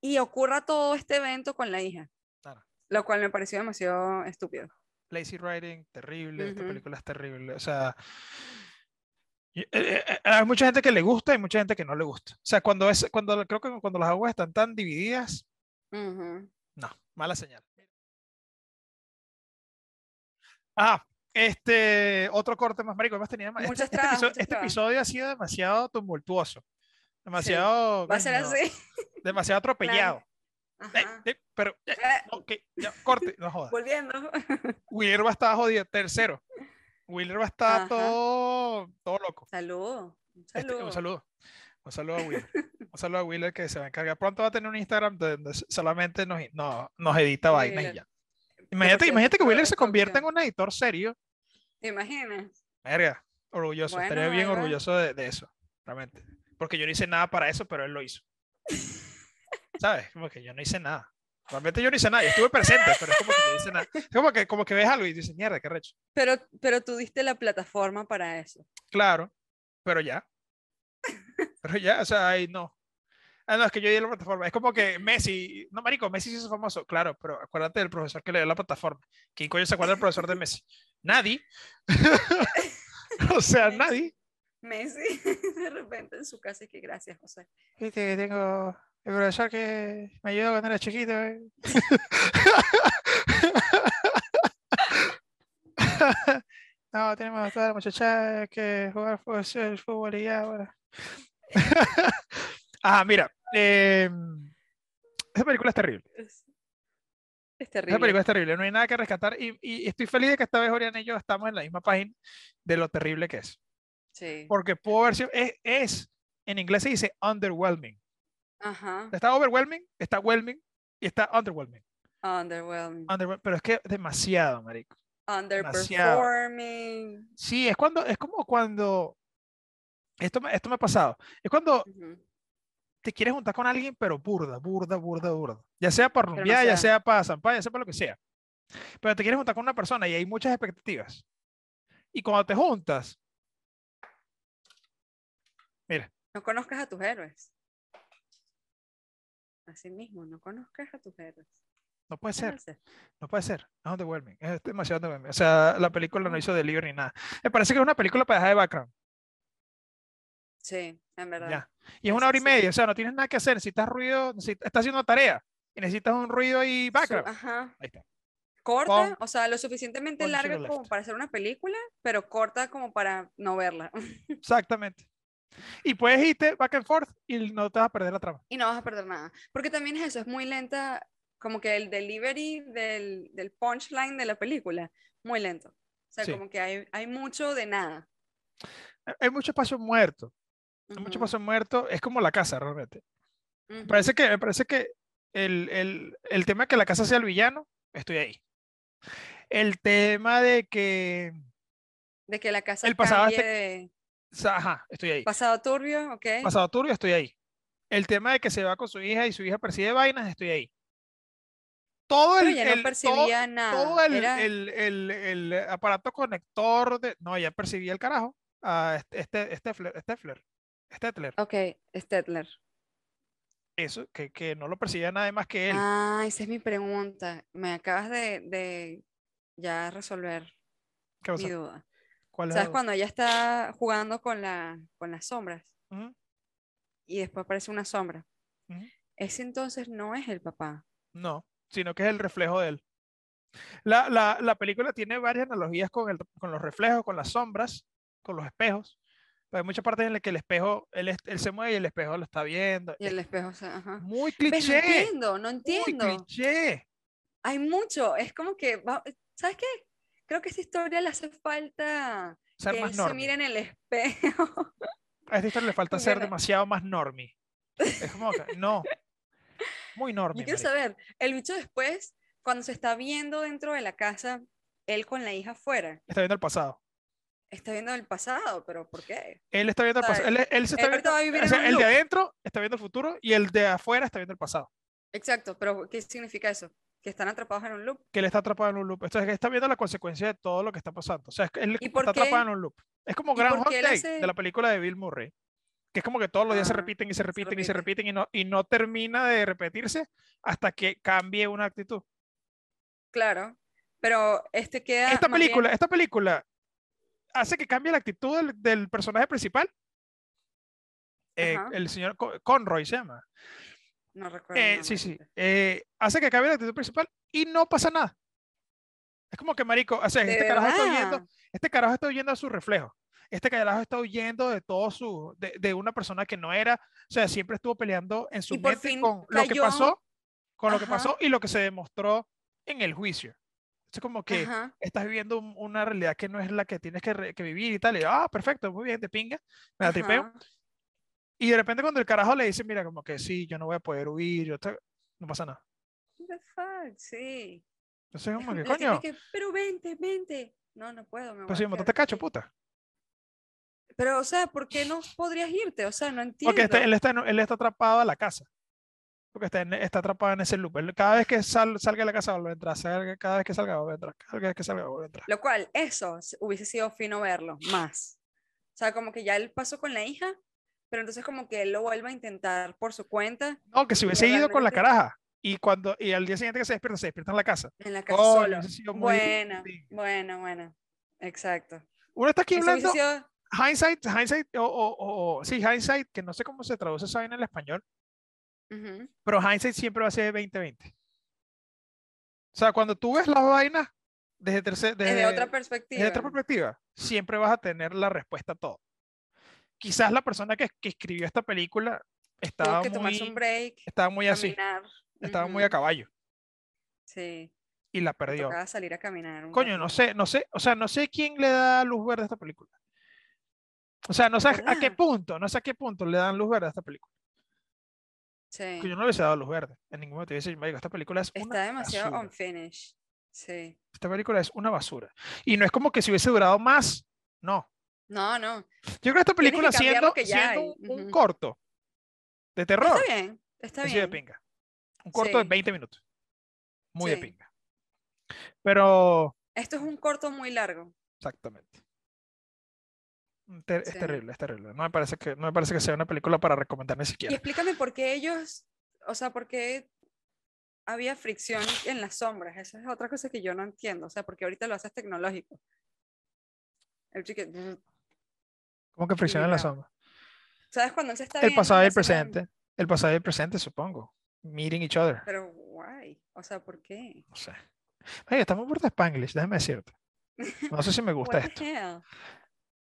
Speaker 2: y ocurra todo este evento con la hija.
Speaker 1: Claro.
Speaker 2: Lo cual me pareció demasiado estúpido.
Speaker 1: lazy writing, terrible, esta
Speaker 2: Ujú.
Speaker 1: película es terrible. O sea, y- eh, eh, eh, hay mucha gente que le gusta y mucha gente que no le gusta. O sea, cuando es, cuando creo que cuando las aguas están tan divididas,
Speaker 2: Ujú.
Speaker 1: no, mala señal. Ah, este otro corte más marico, además tenía dema-
Speaker 2: Muchas
Speaker 1: este, este
Speaker 2: trabas,
Speaker 1: episodio,
Speaker 2: muchas
Speaker 1: este
Speaker 2: trabas.
Speaker 1: episodio ha sido demasiado tumultuoso. Demasiado,
Speaker 2: Va a ser
Speaker 1: coño,
Speaker 2: así. Ah.
Speaker 1: demasiado atropellado. Eh,
Speaker 2: Ajá.
Speaker 1: eh, pero, eh,
Speaker 2: Eh,
Speaker 1: ok, ya, corte, no jodas.
Speaker 2: Volviendo.
Speaker 1: Willerva estaba jodido, tercero. Willerva está
Speaker 2: Ajá.
Speaker 1: todo, todo loco.
Speaker 2: Saludos. Un
Speaker 1: Este,
Speaker 2: saludo.
Speaker 1: un saludo. Un saludo a Wheeler. Un saludo a Wheeler que se va a encargar. Pronto va a tener un Instagram donde s- solamente nos, no- nos edita vainas y
Speaker 2: Wheeler.
Speaker 1: ya. Imagínate,
Speaker 2: cierto,
Speaker 1: imagínate que
Speaker 2: esto-
Speaker 1: Wheeler se
Speaker 2: esto-
Speaker 1: convierta en un editor serio.
Speaker 2: ¿Te imaginas?
Speaker 1: Verga, orgulloso. Estaría
Speaker 2: Bueno,
Speaker 1: bien
Speaker 2: ahí va.
Speaker 1: orgulloso de, de eso, realmente. Porque yo no hice nada para eso, pero él lo hizo. ¿Sabes? Como que yo no hice nada. Realmente yo no hice nada. Yo estuve presente, pero es como que yo no hice nada. Es como que, como que ves algo y dices, mierda, qué recho.
Speaker 2: Pero, pero tú diste la plataforma para eso.
Speaker 1: Claro, pero ya. Pero ya, o sea, ahí no. Ah, no, es que yo di la plataforma. Es como que Messi, no, marico, Messi se hizo famoso, claro, pero acuérdate del profesor que le dio la plataforma. ¿Quién coño se acuerda del profesor de Messi? Nadie. o sea,
Speaker 2: Messi.
Speaker 1: nadie.
Speaker 2: Messi, de repente en su casa, y que gracias, José.
Speaker 1: Viste que tengo el profesor que me ayudó cuando era chiquito. eh. no, tenemos toda la muchacha que jugar fútbol, el fútbol y ya, bueno. ah, mira. eh, esa película es terrible.
Speaker 2: Es, es
Speaker 1: Esa película
Speaker 2: terrible.
Speaker 1: es terrible. No hay nada que rescatar. Y, y estoy feliz de que esta vez Oriana y yo estamos en la misma página de lo terrible que es.
Speaker 2: Sí.
Speaker 1: Porque pudo haber sido. Es, es en inglés se dice underwhelming.
Speaker 2: Ajá.
Speaker 1: Está overwhelming, está whelming y está underwhelming.
Speaker 2: Underwhelming.
Speaker 1: Underwhel- pero es que es demasiado, marico. demasiado.
Speaker 2: Underperforming.
Speaker 1: Sí, es cuando, es como cuando, esto me, esto me ha pasado, es cuando
Speaker 2: Ujú.
Speaker 1: te quieres juntar con alguien, pero burda, burda, burda, burda. Ya sea para
Speaker 2: no
Speaker 1: rumbear, ya
Speaker 2: se
Speaker 1: sea para zampar, ya sea para lo que sea. Pero te quieres juntar con una persona y hay muchas expectativas. Y cuando te juntas,
Speaker 2: No conozcas a tus héroes. Así mismo, no conozcas a tus héroes.
Speaker 1: no puede ser.
Speaker 2: Déjalo ser.
Speaker 1: No puede ser. Es underwhelming. Es demasiado underwhelming. O sea, la película no hizo delivery ni nada. Me parece que es una película para dejar de background.
Speaker 2: Sí, en verdad.
Speaker 1: Ya. Y es
Speaker 2: Eso
Speaker 1: una hora y
Speaker 2: sí.
Speaker 1: media. O sea, no tienes nada que hacer. Necesitas ruido. necesitas- estás haciendo tarea. Y necesitas un ruido ahí
Speaker 2: Su-
Speaker 1: background.
Speaker 2: ajá.
Speaker 1: Ahí está.
Speaker 2: Corta, o sea, lo suficientemente
Speaker 1: Poncho
Speaker 2: larga
Speaker 1: Left.
Speaker 2: como para hacer una película, pero corta como para no verla.
Speaker 1: Exactamente. Y puedes irte back and forth y no te vas a perder la trama.
Speaker 2: y no vas a perder nada. Porque también es eso, es muy lenta, como que el delivery del, del punchline de la película, muy lento. O sea,
Speaker 1: Sí.
Speaker 2: como que hay, hay mucho de nada.
Speaker 1: Hay- Hay mucho espacio muerto. Hay mucho
Speaker 2: Ujú,
Speaker 1: espacio muerto. Es como la casa, realmente. Me
Speaker 2: ujú.
Speaker 1: parece que, me parece que el, el- el tema de que la casa sea el villano, estoy ahí. El tema de que.
Speaker 2: De que la casa
Speaker 1: el pasado
Speaker 2: cambie
Speaker 1: este-
Speaker 2: de
Speaker 1: o sea, Ajá, estoy ahí.
Speaker 2: pasado turbio, ¿ok?
Speaker 1: Pasado turbio, estoy ahí. El tema de que se va con su hija y su hija percibe vainas, estoy ahí. Todo
Speaker 2: Pero
Speaker 1: el,
Speaker 2: ya no
Speaker 1: el- todo-
Speaker 2: percibía nada.
Speaker 1: todo el,
Speaker 2: Ah, era-
Speaker 1: el- el- el aparato conector de. No, ya percibí el carajo. A este, este, Steffler- Steffler, Stettler.
Speaker 2: Ok, Stetler.
Speaker 1: Eso, que, que no lo percibía nadie más que él.
Speaker 2: Ah, esa es mi pregunta. Me acabas de, de ya resolver
Speaker 1: ¿Qué pasa?
Speaker 2: mi duda.
Speaker 1: ¿Cuál es la
Speaker 2: ¿Sabes
Speaker 1: duda?
Speaker 2: cuando ella está jugando con, la, con las sombras?
Speaker 1: Ujú,
Speaker 2: y después aparece una sombra.
Speaker 1: Ujú.
Speaker 2: Ese entonces no es el papá.
Speaker 1: No, sino que es el reflejo de él. La, la, la película tiene varias analogías con, el, con los reflejos, con las sombras, con los espejos. Pero hay muchas partes en las que el espejo, él, es- él se mueve y el espejo lo está viendo.
Speaker 2: Y el espejo, o sea, ajá.
Speaker 1: Eh, Muy
Speaker 2: ¿Ves? No
Speaker 1: cliché.
Speaker 2: entiendo, no
Speaker 1: muy
Speaker 2: entiendo.
Speaker 1: cliché.
Speaker 2: Hay mucho, es como que, va- ¿sabes qué? Creo que esta historia le hace falta
Speaker 1: Ser
Speaker 2: que
Speaker 1: más
Speaker 2: él se
Speaker 1: normie.
Speaker 2: mire en el espejo.
Speaker 1: A esta historia le falta
Speaker 2: Como que
Speaker 1: ser
Speaker 2: no.
Speaker 1: demasiado más normie. Es como que, no. Muy normie.
Speaker 2: Yo quiero
Speaker 1: marico.
Speaker 2: saber, el bicho después, cuando se está viendo dentro de la casa, él con la hija afuera,
Speaker 1: Está viendo el pasado.
Speaker 2: está viendo el pasado, pero ¿por qué?
Speaker 1: Él está viendo el
Speaker 2: Ay,
Speaker 1: pasado. Él, él se está
Speaker 2: él ahorita
Speaker 1: viendo-
Speaker 2: va a Eh, vivir
Speaker 1: o
Speaker 2: en
Speaker 1: sea,
Speaker 2: un
Speaker 1: el de
Speaker 2: loop.
Speaker 1: adentro está viendo el futuro y el de afuera está viendo el pasado.
Speaker 2: Exacto, pero ¿qué significa eso? Que están atrapados en un loop.
Speaker 1: Que él está atrapado en un loop. Entonces, él está viendo la consecuencia de todo lo que está pasando. O sea, es que él
Speaker 2: ¿Y
Speaker 1: está
Speaker 2: por
Speaker 1: atrapado
Speaker 2: qué?
Speaker 1: en un loop. Es como
Speaker 2: ¿Y por
Speaker 1: Groundhog
Speaker 2: qué él
Speaker 1: Day de
Speaker 2: hace-
Speaker 1: la película de Bill Murray. Que es como que todos los días se
Speaker 2: Ah,
Speaker 1: repiten y se repiten y se
Speaker 2: repite.
Speaker 1: repiten y no, y no termina de repetirse hasta que cambie una actitud.
Speaker 2: Claro, pero este queda...
Speaker 1: esta
Speaker 2: más bien-
Speaker 1: película, esta película hace que cambie la actitud del, del personaje principal. Eh,
Speaker 2: Ajá.
Speaker 1: el señor Co- Conroy se llama.
Speaker 2: no recuerdo. el
Speaker 1: Eh,
Speaker 2: nombre
Speaker 1: sí, sí.
Speaker 2: ahorita.
Speaker 1: Eh, hace que cambie la actitud principal y no pasa nada. Es como que, marico, o sea,
Speaker 2: De
Speaker 1: este carajo está huyendo, este
Speaker 2: verdad. Y por
Speaker 1: mente
Speaker 2: fin
Speaker 1: con lo que
Speaker 2: cayó.
Speaker 1: pasó, con lo que
Speaker 2: Ajá.
Speaker 1: pasó y lo que se demostró en el juicio. Es como que
Speaker 2: Ajá.
Speaker 1: estás viviendo un- una realidad que no es la que tienes que, re- que vivir y tal. Y, ah, perfecto, muy bien, te pinga, me la tripeo.
Speaker 2: ajá.
Speaker 1: Y de repente cuando el carajo le dice, mira, como que sí, yo no voy a poder huir, yo te- no pasa nada.
Speaker 2: What the fuck, sí.
Speaker 1: Entonces,
Speaker 2: Es
Speaker 1: como que,
Speaker 2: la
Speaker 1: coño,
Speaker 2: típica, pero vente, vente. No, no puedo, me voy
Speaker 1: pues
Speaker 2: a
Speaker 1: si
Speaker 2: quedar
Speaker 1: montaste cacho,
Speaker 2: aquí".
Speaker 1: puta.
Speaker 2: Pero, o sea, ¿por qué no podrías irte? O sea, no entiendo.
Speaker 1: Porque está- él, está, en- él está atrapado a la casa. Porque está, en- está atrapado en ese loop. Él cada vez que sal- salga de la casa, vuelve a entrar. salga- cada vez que salga, vuelve a entrar. Cada vez que salga, vuelve a entrar.
Speaker 2: Lo cual, eso s- hubiese sido fino verlo más. O sea, como que ya él pasó con la hija, pero entonces como que él lo vuelva a intentar por su cuenta
Speaker 1: No, que si hubiese ido con la
Speaker 2: realmente-
Speaker 1: caraja. Y, cuando, y al día siguiente que se despierta, se despierta en la casa.
Speaker 2: en la casa
Speaker 1: Coño,
Speaker 2: solo.
Speaker 1: hubiese sido muy
Speaker 2: Bueno,
Speaker 1: distinto.
Speaker 2: bueno, bueno. Exacto.
Speaker 1: Uno está aquí
Speaker 2: Eso hubiese
Speaker 1: hablando
Speaker 2: sido-
Speaker 1: hindsight, hindsight, o, o- o- o- sí, hindsight, que no sé cómo se traduce esa vaina en el español,
Speaker 2: Ujú.
Speaker 1: pero hindsight siempre va a ser 2020. O sea, cuando tú ves las vainas desde, tercer, desde,
Speaker 2: Desde otra perspectiva.
Speaker 1: desde otra perspectiva, siempre vas a tener la respuesta a todo. Quizás la persona que, que escribió esta película
Speaker 2: Tuvo
Speaker 1: estaba
Speaker 2: que tomarse un
Speaker 1: muy,
Speaker 2: break,
Speaker 1: estaba muy así,
Speaker 2: caminar.
Speaker 1: estaba muy a
Speaker 2: ujú,
Speaker 1: caballo
Speaker 2: Sí,
Speaker 1: y la
Speaker 2: le
Speaker 1: perdió.
Speaker 2: tocaba salir a caminar. un
Speaker 1: Coño, no
Speaker 2: ratito.
Speaker 1: sé, no sé, o sea, no sé quién le da luz verde a esta película. O sea, no sé a- a qué
Speaker 2: ¿Verdad?
Speaker 1: punto, no sé a qué punto le dan luz verde a esta película.
Speaker 2: Sí.
Speaker 1: que yo no le hubiese dado luz verde. En ningún momento hubiese dicho, "Marico, esta película es una
Speaker 2: Está demasiado
Speaker 1: basura.
Speaker 2: unfinished. Sí.
Speaker 1: Esta película es una basura. Y no es como que si hubiese durado más. No.
Speaker 2: No, no.
Speaker 1: Yo creo que esta
Speaker 2: Tienes que
Speaker 1: película
Speaker 2: cambiar
Speaker 1: siendo,
Speaker 2: lo que ya
Speaker 1: siendo
Speaker 2: hay,
Speaker 1: un, un
Speaker 2: ujú.
Speaker 1: corto de terror.
Speaker 2: Está bien, está
Speaker 1: ha sido de
Speaker 2: bien.
Speaker 1: pinga. Un corto de
Speaker 2: Sí.
Speaker 1: 20 minutos. Muy de
Speaker 2: Sí.
Speaker 1: pinga. Pero,
Speaker 2: Esto es un corto muy largo.
Speaker 1: exactamente. Un ter- Es
Speaker 2: Sí.
Speaker 1: terrible, es terrible. No me, parece que, no me parece que sea una película para recomendar ni
Speaker 2: Y
Speaker 1: siquiera.
Speaker 2: explícame por qué ellos, o sea, por qué había fricción en las sombras. Esa es otra cosa que yo no entiendo. O sea, porque ahorita lo haces tecnológico. El chique- brr.
Speaker 1: Como que fricciona en la
Speaker 2: no.
Speaker 1: sombra.
Speaker 2: ¿Sabes cuando él se está
Speaker 1: El
Speaker 2: viendo
Speaker 1: pasado y
Speaker 2: la
Speaker 1: el
Speaker 2: escena del-
Speaker 1: presente. El pasado y el presente, supongo. Meeting each other.
Speaker 2: Pero guay. O sea, ¿por qué?
Speaker 1: No sé. Oye, estamos por de Spanglish, déjame decirte. No sé si me gusta
Speaker 2: What
Speaker 1: esto.
Speaker 2: the hell?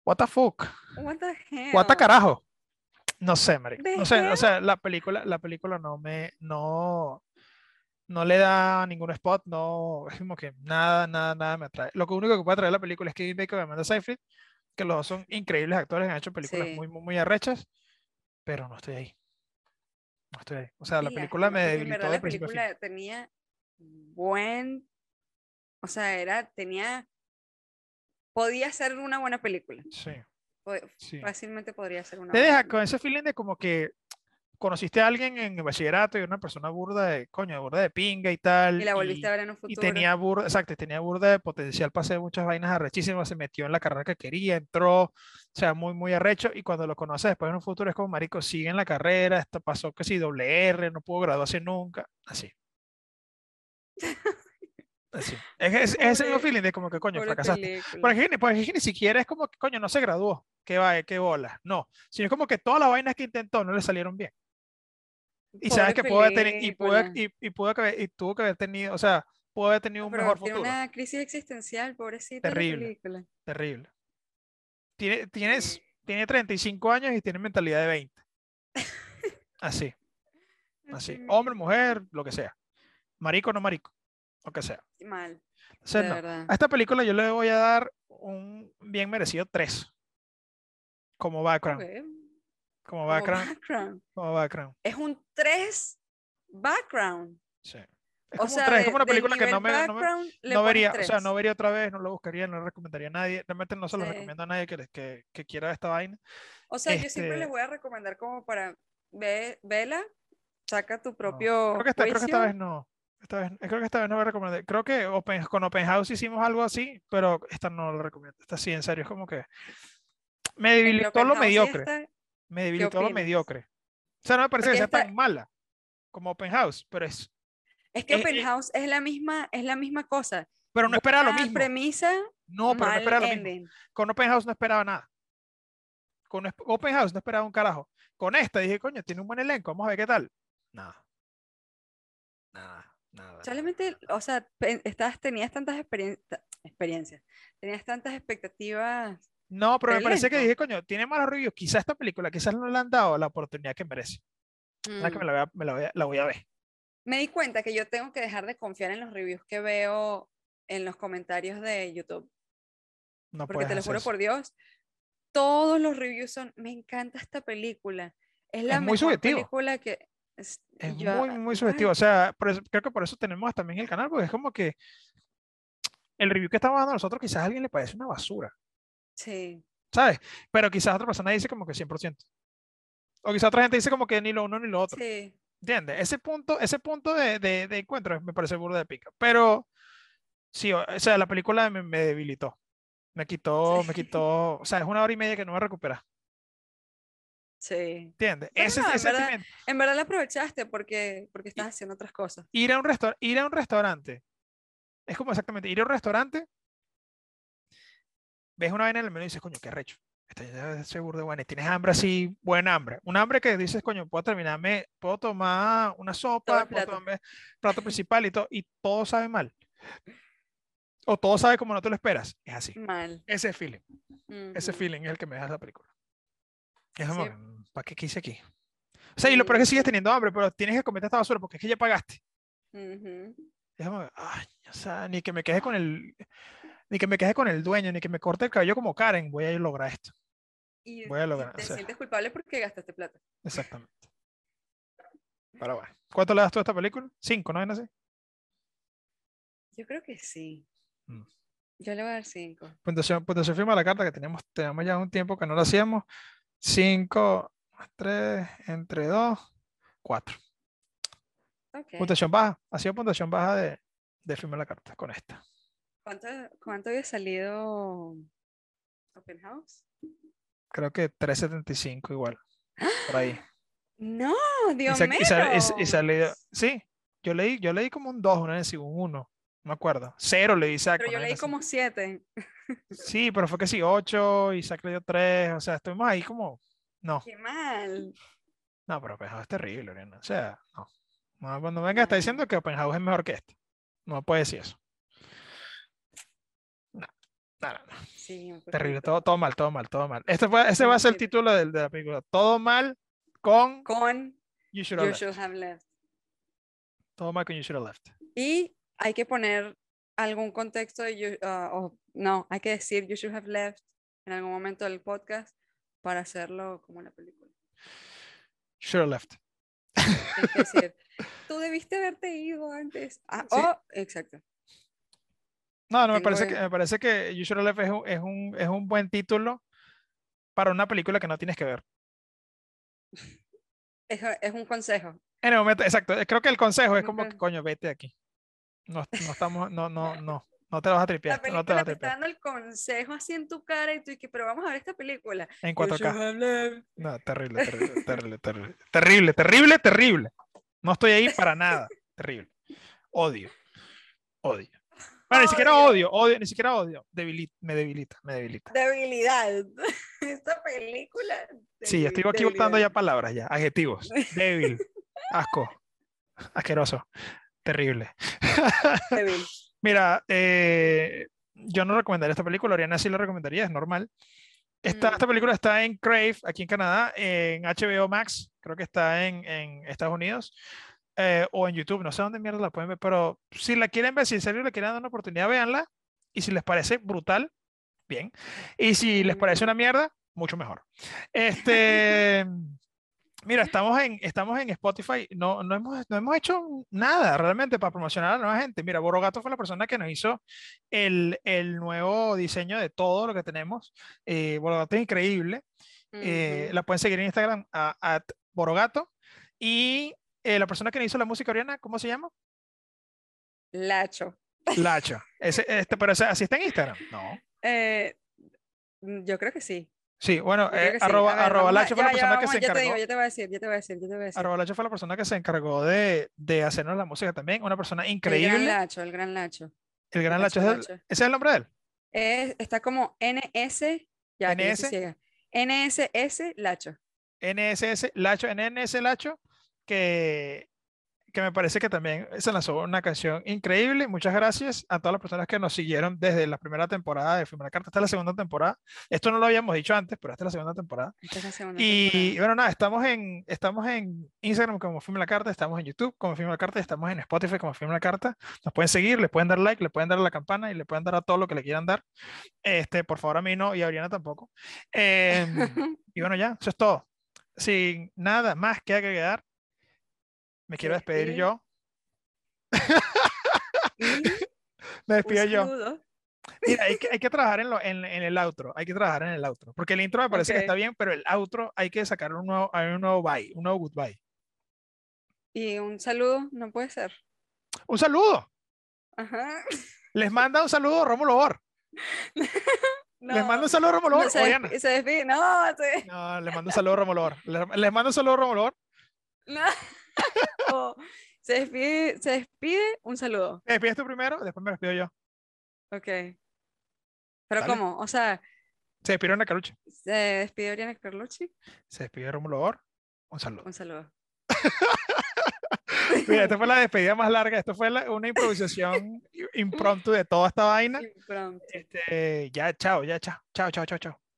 Speaker 1: What the fuck?
Speaker 2: What the hell?
Speaker 1: What the carajo? No sé, marico.
Speaker 2: ¿De
Speaker 1: No sé, o
Speaker 2: qué?
Speaker 1: sea, la película, la película no me, no, no le da ningún spot, no, es como que nada, nada, nada me atrae. Lo que único que puede atraer la película es Kevin Bacon y Amanda Seyfried, que los dos son increíbles actores, han hecho películas
Speaker 2: Sí.
Speaker 1: muy, muy, muy arrechas, pero no estoy ahí. No estoy ahí. O sea, la
Speaker 2: Sí,
Speaker 1: película
Speaker 2: lástima,
Speaker 1: me
Speaker 2: porque en
Speaker 1: debilitó
Speaker 2: verdad
Speaker 1: de
Speaker 2: la
Speaker 1: principio a fin.
Speaker 2: película tenía buen, o sea, era, tenía, podía ser una buena película.
Speaker 1: Sí,
Speaker 2: po-
Speaker 1: sí.
Speaker 2: Fácilmente podría ser una
Speaker 1: te
Speaker 2: buena
Speaker 1: deja
Speaker 2: película.
Speaker 1: con ese feeling de como que conociste a alguien en el bachillerato y era una persona burda de coño, burda de pinga y tal.
Speaker 2: Y la volviste a
Speaker 1: y-
Speaker 2: ver en un futuro.
Speaker 1: y tenía burda, exacto, y tenía burda de potencial para hacer muchas vainas arrechísimas, se metió en la carrera que quería, entró, o sea, muy, muy arrecho, y cuando lo conoces después en un futuro es como, marico, sigue en la carrera, esto pasó que si doble R, no pudo graduarse nunca, así. Así. Es, es- es ese mismo
Speaker 2: Pobre-
Speaker 1: feeling de como que, coño,
Speaker 2: Pobre
Speaker 1: fracasaste.
Speaker 2: película.
Speaker 1: Porque, ni- porque es que ni siquiera es como que, coño, no se graduó, que va, qué bola, no, sino es como que todas las vainas que intentó no le salieron bien. Y sabes
Speaker 2: Pobre
Speaker 1: que pudo haber tenido, y pudo, haber-
Speaker 2: película.
Speaker 1: y, y pudo que haber- y tuvo que haber tenido, o sea, pudo haber tenido un
Speaker 2: Pero
Speaker 1: mejor
Speaker 2: tiene
Speaker 1: futuro.
Speaker 2: una crisis existencial, pobrecita. la
Speaker 1: Terrible.
Speaker 2: película.
Speaker 1: Terrible. Tiene, tienes,
Speaker 2: Sí.
Speaker 1: tiene 35 años y tiene mentalidad de 20. Así,
Speaker 2: No
Speaker 1: así.
Speaker 2: tiene-
Speaker 1: Hombre, mujer, lo que sea. Marico, no marico. Lo que sea.
Speaker 2: Mal,
Speaker 1: Entonces,
Speaker 2: de
Speaker 1: no.
Speaker 2: verdad.
Speaker 1: A esta película yo le voy a dar un bien merecido 3. Como background.
Speaker 2: Ok,
Speaker 1: Como
Speaker 2: como
Speaker 1: background.
Speaker 2: background.
Speaker 1: Como background.
Speaker 2: Es un 3 background.
Speaker 1: Sí. Es
Speaker 2: o
Speaker 1: como un
Speaker 2: sea,
Speaker 1: tres, es
Speaker 2: de-
Speaker 1: como una
Speaker 2: del
Speaker 1: película que no
Speaker 2: nivel
Speaker 1: me, no me-
Speaker 2: background le
Speaker 1: no
Speaker 2: pones
Speaker 1: vería, o sea,
Speaker 2: tres.
Speaker 1: no vería otra vez, no lo buscaría, no lo recomendaría a nadie. Realmente no se lo
Speaker 2: Sí.
Speaker 1: recomiendo a nadie que, les- que, que quiera esta vaina.
Speaker 2: O sea, yo siempre
Speaker 1: Este-
Speaker 2: les voy a recomendar como para ve, vela, saca tu propio
Speaker 1: Creo que esta, creo que esta
Speaker 2: juicio.
Speaker 1: vez no. Esta vez, creo que esta vez no voy a recomendar. Creo que Open- con Open House hicimos algo así, pero esta no lo recomiendo. Esta sí, en serio, es como que me
Speaker 2: Entre
Speaker 1: debilitó lo
Speaker 2: Open House y
Speaker 1: mediocre.
Speaker 2: esta,
Speaker 1: Me debilitó lo
Speaker 2: opinas?
Speaker 1: mediocre. O sea, no me parece que
Speaker 2: Porque
Speaker 1: sea
Speaker 2: esta-
Speaker 1: tan mala como Open House, pero es,
Speaker 2: Es que
Speaker 1: Eh,
Speaker 2: Open
Speaker 1: eh.
Speaker 2: House es la misma, es la misma cosa.
Speaker 1: pero no esperaba lo
Speaker 2: Buena
Speaker 1: mismo.
Speaker 2: premisa,
Speaker 1: No, pero no
Speaker 2: mal
Speaker 1: esperaba lo mismo.
Speaker 2: ending.
Speaker 1: Con Open House no esperaba nada. Con Esp- Open House no esperaba un carajo. Con esta dije, coño, tiene un buen elenco, vamos a ver qué tal. Nada. Nada, nada.
Speaker 2: Solamente, o sea, pe- estabas, tenías tantas experien- ta- experiencias, tenías tantas expectativas.
Speaker 1: No, pero me
Speaker 2: del
Speaker 1: parece que
Speaker 2: elenco.
Speaker 1: dije, coño, tiene malos reviews. Quizás esta película, quizás no le han dado la oportunidad que merece. O sea, que
Speaker 2: Mm.
Speaker 1: me la voy a, me la voy a- la voy a ver.
Speaker 2: Me di cuenta que yo tengo que dejar de confiar en los reviews que veo en los comentarios de YouTube,
Speaker 1: No
Speaker 2: porque te
Speaker 1: puedes
Speaker 2: lo
Speaker 1: hacer
Speaker 2: juro
Speaker 1: eso.
Speaker 2: por Dios, todos los reviews son, me encanta esta película, es la
Speaker 1: Es muy
Speaker 2: mejor
Speaker 1: subjetivo.
Speaker 2: película que... Es, y
Speaker 1: Es
Speaker 2: yo,
Speaker 1: muy,
Speaker 2: ah,
Speaker 1: muy subjetivo. O sea, por eso- creo que por eso tenemos también el canal, porque es como que el review que estamos dando nosotros quizás a alguien le parece una basura,
Speaker 2: Sí,
Speaker 1: ¿sabes? Pero quizás otra persona dice como que 100%. O quizás otra gente dice como que ni lo uno ni lo otro.
Speaker 2: sí.
Speaker 1: ¿Entiendes? Ese punto, ese punto de, de- de encuentro me parece burda de pica. Pero sí, o o sea, la película me, me debilitó. Me quitó, me
Speaker 2: Sí.
Speaker 1: quitó. O sea, es una hora y media que no me recupera.
Speaker 2: Sí.
Speaker 1: ¿Entiendes? Ese,
Speaker 2: Pero no, en
Speaker 1: ese
Speaker 2: verdad-
Speaker 1: sentimiento.
Speaker 2: En verdad la aprovechaste porque, porque estás haciendo otras cosas.
Speaker 1: Ir a un restaur- ir a un restaurante. Es como exactamente, ir a un restaurante, ves una vaina en el menú y dices, coño, qué recho. Esta vaina debe ser burda de buena. Y tienes hambre así, buen hambre. Un hambre que dices, coño, puedo terminarme, puedo tomar una sopa, puedo
Speaker 2: plato.
Speaker 1: tomarme plato principal y todo, y todo sabe mal. O todo sabe como no te lo esperas. Es así.
Speaker 2: Mal.
Speaker 1: Ese feeling, ese
Speaker 2: ujú.
Speaker 1: feeling es el que me deja la película. Es
Speaker 2: Sí.
Speaker 1: como, ¿para qué quise aquí? O sea, y lo
Speaker 2: Sí,
Speaker 1: peor es que sigues
Speaker 2: sí.
Speaker 1: teniendo hambre, pero tienes que cometer esta basura porque es que ya pagaste.
Speaker 2: Ujú.
Speaker 1: Es como, ay, o sea, ni que me queje con el, ni que me queje con el dueño, ni que me corte el cabello como Karen, voy a lograr esto.
Speaker 2: Y,
Speaker 1: Voy a
Speaker 2: y
Speaker 1: lograr, o
Speaker 2: te
Speaker 1: sea.
Speaker 2: sientes culpable porque gastaste plata.
Speaker 1: Exactamente. Pero bueno. ¿Cuánto le das tú a esta película? Cinco, ¿no? ¿No sé?
Speaker 2: Yo creo que sí.
Speaker 1: Mm.
Speaker 2: Yo le voy a dar cinco.
Speaker 1: Puntuación, puntuación firma de la carta que tenemos, tenemos ya un tiempo que no lo hacíamos. Cinco, más tres, entre dos, cuatro.
Speaker 2: Ok.
Speaker 1: Puntuación baja. Ha sido puntuación baja de, de firma de la carta con esta.
Speaker 2: ¿Cuánto, cuánto había salido Open House?
Speaker 1: Creo que 3.75 igual. Por ahí.
Speaker 2: No,
Speaker 1: Y,
Speaker 2: Dios
Speaker 1: sa- y sa- y sa- y
Speaker 2: mío.
Speaker 1: salió- sí, yo leí, yo leí como un 2, una vez y un 1, no me acuerdo. Cero le di Isaac.
Speaker 2: Pero yo
Speaker 1: una
Speaker 2: leí
Speaker 1: vaina
Speaker 2: como siete.
Speaker 1: así. Sí, pero fue que sí, 8, Isaac le dio 3, o sea, estuvimos ahí como, no,
Speaker 2: Qué mal.
Speaker 1: no, pero Open House es terrible, Oriana, o sea, no. No, Cuando venga está diciendo que Open House es mejor que este, no puede decir eso. No, no, no, no,
Speaker 2: Pues Sí, un
Speaker 1: terrible,
Speaker 2: poquito.
Speaker 1: todo, todo mal, todo mal, todo mal. Este fue, ese va a ser el
Speaker 2: Poquito.
Speaker 1: título del- de, la película, todo mal con
Speaker 2: Con
Speaker 1: You Should Have
Speaker 2: You
Speaker 1: Left.
Speaker 2: Should Have Left.
Speaker 1: Todo mal con You Should Have Left.
Speaker 2: Y hay que poner algún contexto de you- ah, o no, hay que decir You Should Have Left en algún momento del podcast para hacerlo como la película.
Speaker 1: Should Have Left.
Speaker 2: Hay que decir, tú debiste haberte ido antes. Ah,
Speaker 1: Sí.
Speaker 2: oh, exacto.
Speaker 1: No, no, me
Speaker 2: Tengo
Speaker 1: parece,
Speaker 2: el-
Speaker 1: que, me parece que You Should Have Left es un, es, un, es un buen título para una película que no tienes que ver.
Speaker 2: Es, es un consejo.
Speaker 1: En el momento, exacto. eh, Creo que el consejo es como
Speaker 2: Ok.
Speaker 1: que, coño, vete de aquí. No, no estamos, no, no, no. No te vas a
Speaker 2: La
Speaker 1: tripear. No te vas
Speaker 2: película
Speaker 1: a
Speaker 2: te está
Speaker 1: tripear.
Speaker 2: dando el consejo así en tu cara y tú dices, pero vamos a ver esta película.
Speaker 1: En
Speaker 2: You
Speaker 1: 4K.
Speaker 2: Should Have Left.
Speaker 1: No, terrible, terrible, terrible, terrible. Terrible, terrible, terrible. No estoy ahí para nada. Terrible. Odio. Odio. Bueno, ni siquiera odio, odio, ni siquiera odio. Debili- me debilita, me debilita.
Speaker 2: Debilidad. Esta película.
Speaker 1: Sí, ya estoy
Speaker 2: debil-
Speaker 1: aquí botando ya
Speaker 2: debilidad.
Speaker 1: palabras, ya, adjetivos. Débil, asco, asqueroso, terrible.
Speaker 2: Débil.
Speaker 1: Mira, eh, yo no recomendaría esta película, Oriana sí la recomendaría, es normal. Esta,
Speaker 2: Mm.
Speaker 1: esta película está en Crave, aquí en Canadá, en HBO Max, creo que está en, en Estados Unidos, eh, o en YouTube, no sé dónde mierda la pueden ver, pero si la quieren ver, si en serio le quieren dar una oportunidad, véanla, y si les parece brutal, bien, y si les parece una mierda, mucho mejor. Este, mira, estamos en, estamos en Spotify, no, no, hemos, no hemos hecho nada realmente para promocionar a la nueva gente. Mira, Borogato fue la persona que nos hizo el, el nuevo diseño de todo lo que tenemos. Eh, Borogato es increíble. Eh,
Speaker 2: Ujú.
Speaker 1: la pueden seguir en Instagram a, at Borogato. Y eh, la persona que nos hizo la música oriana, ¿cómo se llama?
Speaker 2: Lacho.
Speaker 1: Lacha. Ese, este, pero ese- así está en Instagram. No.
Speaker 2: Eh, yo creo que sí.
Speaker 1: Sí, bueno,
Speaker 2: yo creo
Speaker 1: eh,
Speaker 2: que sí.
Speaker 1: arroba,
Speaker 2: A ver,
Speaker 1: arroba
Speaker 2: vamos a-
Speaker 1: Lacha fue la
Speaker 2: ya,
Speaker 1: persona
Speaker 2: ya,
Speaker 1: que
Speaker 2: vamos,
Speaker 1: se
Speaker 2: Yo te
Speaker 1: encargó.
Speaker 2: digo, yo te voy a decir, yo te voy a decir, yo te voy a decir.
Speaker 1: Arroba Lacho fue la persona que se encargó de, de hacernos la música también, una persona increíble.
Speaker 2: El gran Lacho, el gran Lacho.
Speaker 1: El gran Lacho,
Speaker 2: Lacho,
Speaker 1: ¿es el- ¿ese
Speaker 2: Lacho.
Speaker 1: es el nombre de él?
Speaker 2: Es- está como NS, ya que yo
Speaker 1: NS.
Speaker 2: soy ciega. NSS Lacho.
Speaker 1: NSS Lacho, NNS Lacho, que, que me parece que también se lanzó una canción increíble. Muchas gracias a todas las personas que nos siguieron desde la primera temporada de Filmar la Carta hasta la segunda temporada. Esto no lo habíamos dicho antes, pero esta es la segunda temporada.
Speaker 2: Esta es la segunda
Speaker 1: Y
Speaker 2: temporada.
Speaker 1: bueno, nada, estamos en, estamos en Instagram como Film La Carta, estamos en YouTube como Film La Carta, y estamos en Spotify como Film La Carta. Nos pueden seguir, le pueden dar like, le pueden dar a la campana y le pueden dar a todo lo que le quieran dar. Este, por favor, a mí no y a Oriana tampoco. Em, y bueno, ya, eso es todo. Sin nada más que agregar, me quiero
Speaker 2: ¿Te
Speaker 1: despedir
Speaker 2: despides?
Speaker 1: yo.
Speaker 2: Y
Speaker 1: Me
Speaker 2: un
Speaker 1: despido yo.
Speaker 2: saludo.
Speaker 1: Mira, hay que, hay que trabajar en, lo- en- en el outro, hay que trabajar en el outro, porque el intro me parece que está
Speaker 2: Ok.
Speaker 1: bien, pero el outro hay que sacar un nuevo, hay un nuevo bye, un nuevo goodbye.
Speaker 2: Y un saludo, no puede ser.
Speaker 1: Un saludo.
Speaker 2: Ajá.
Speaker 1: Les manda un saludo Rómulo Bor. les manda
Speaker 2: No,
Speaker 1: un saludo Rómulo Bor.
Speaker 2: no, se, despi-
Speaker 1: Oriana.
Speaker 2: se despide, no, se-
Speaker 1: No, les manda un saludo Rómulo Bor. Les, les manda un saludo Rómulo Bor.
Speaker 2: no. Oh, se despide, se despide, un saludo.
Speaker 1: Te despides tú este primero, después me despido yo.
Speaker 2: Ok. Pero
Speaker 1: Dale.
Speaker 2: ¿cómo? O sea,
Speaker 1: Se despidió Ana Carucha.
Speaker 2: se despide Oriana Carlucci,
Speaker 1: Se despidió Rómulo Bor. Un saludo.
Speaker 2: un saludo.
Speaker 1: Mira, esta fue la despedida más larga. Esto fue la- una improvisación impromptu de toda esta vaina.
Speaker 2: Y pronto.
Speaker 1: Este, ya, chao, ya, chao. Chao, chao, chao, chao.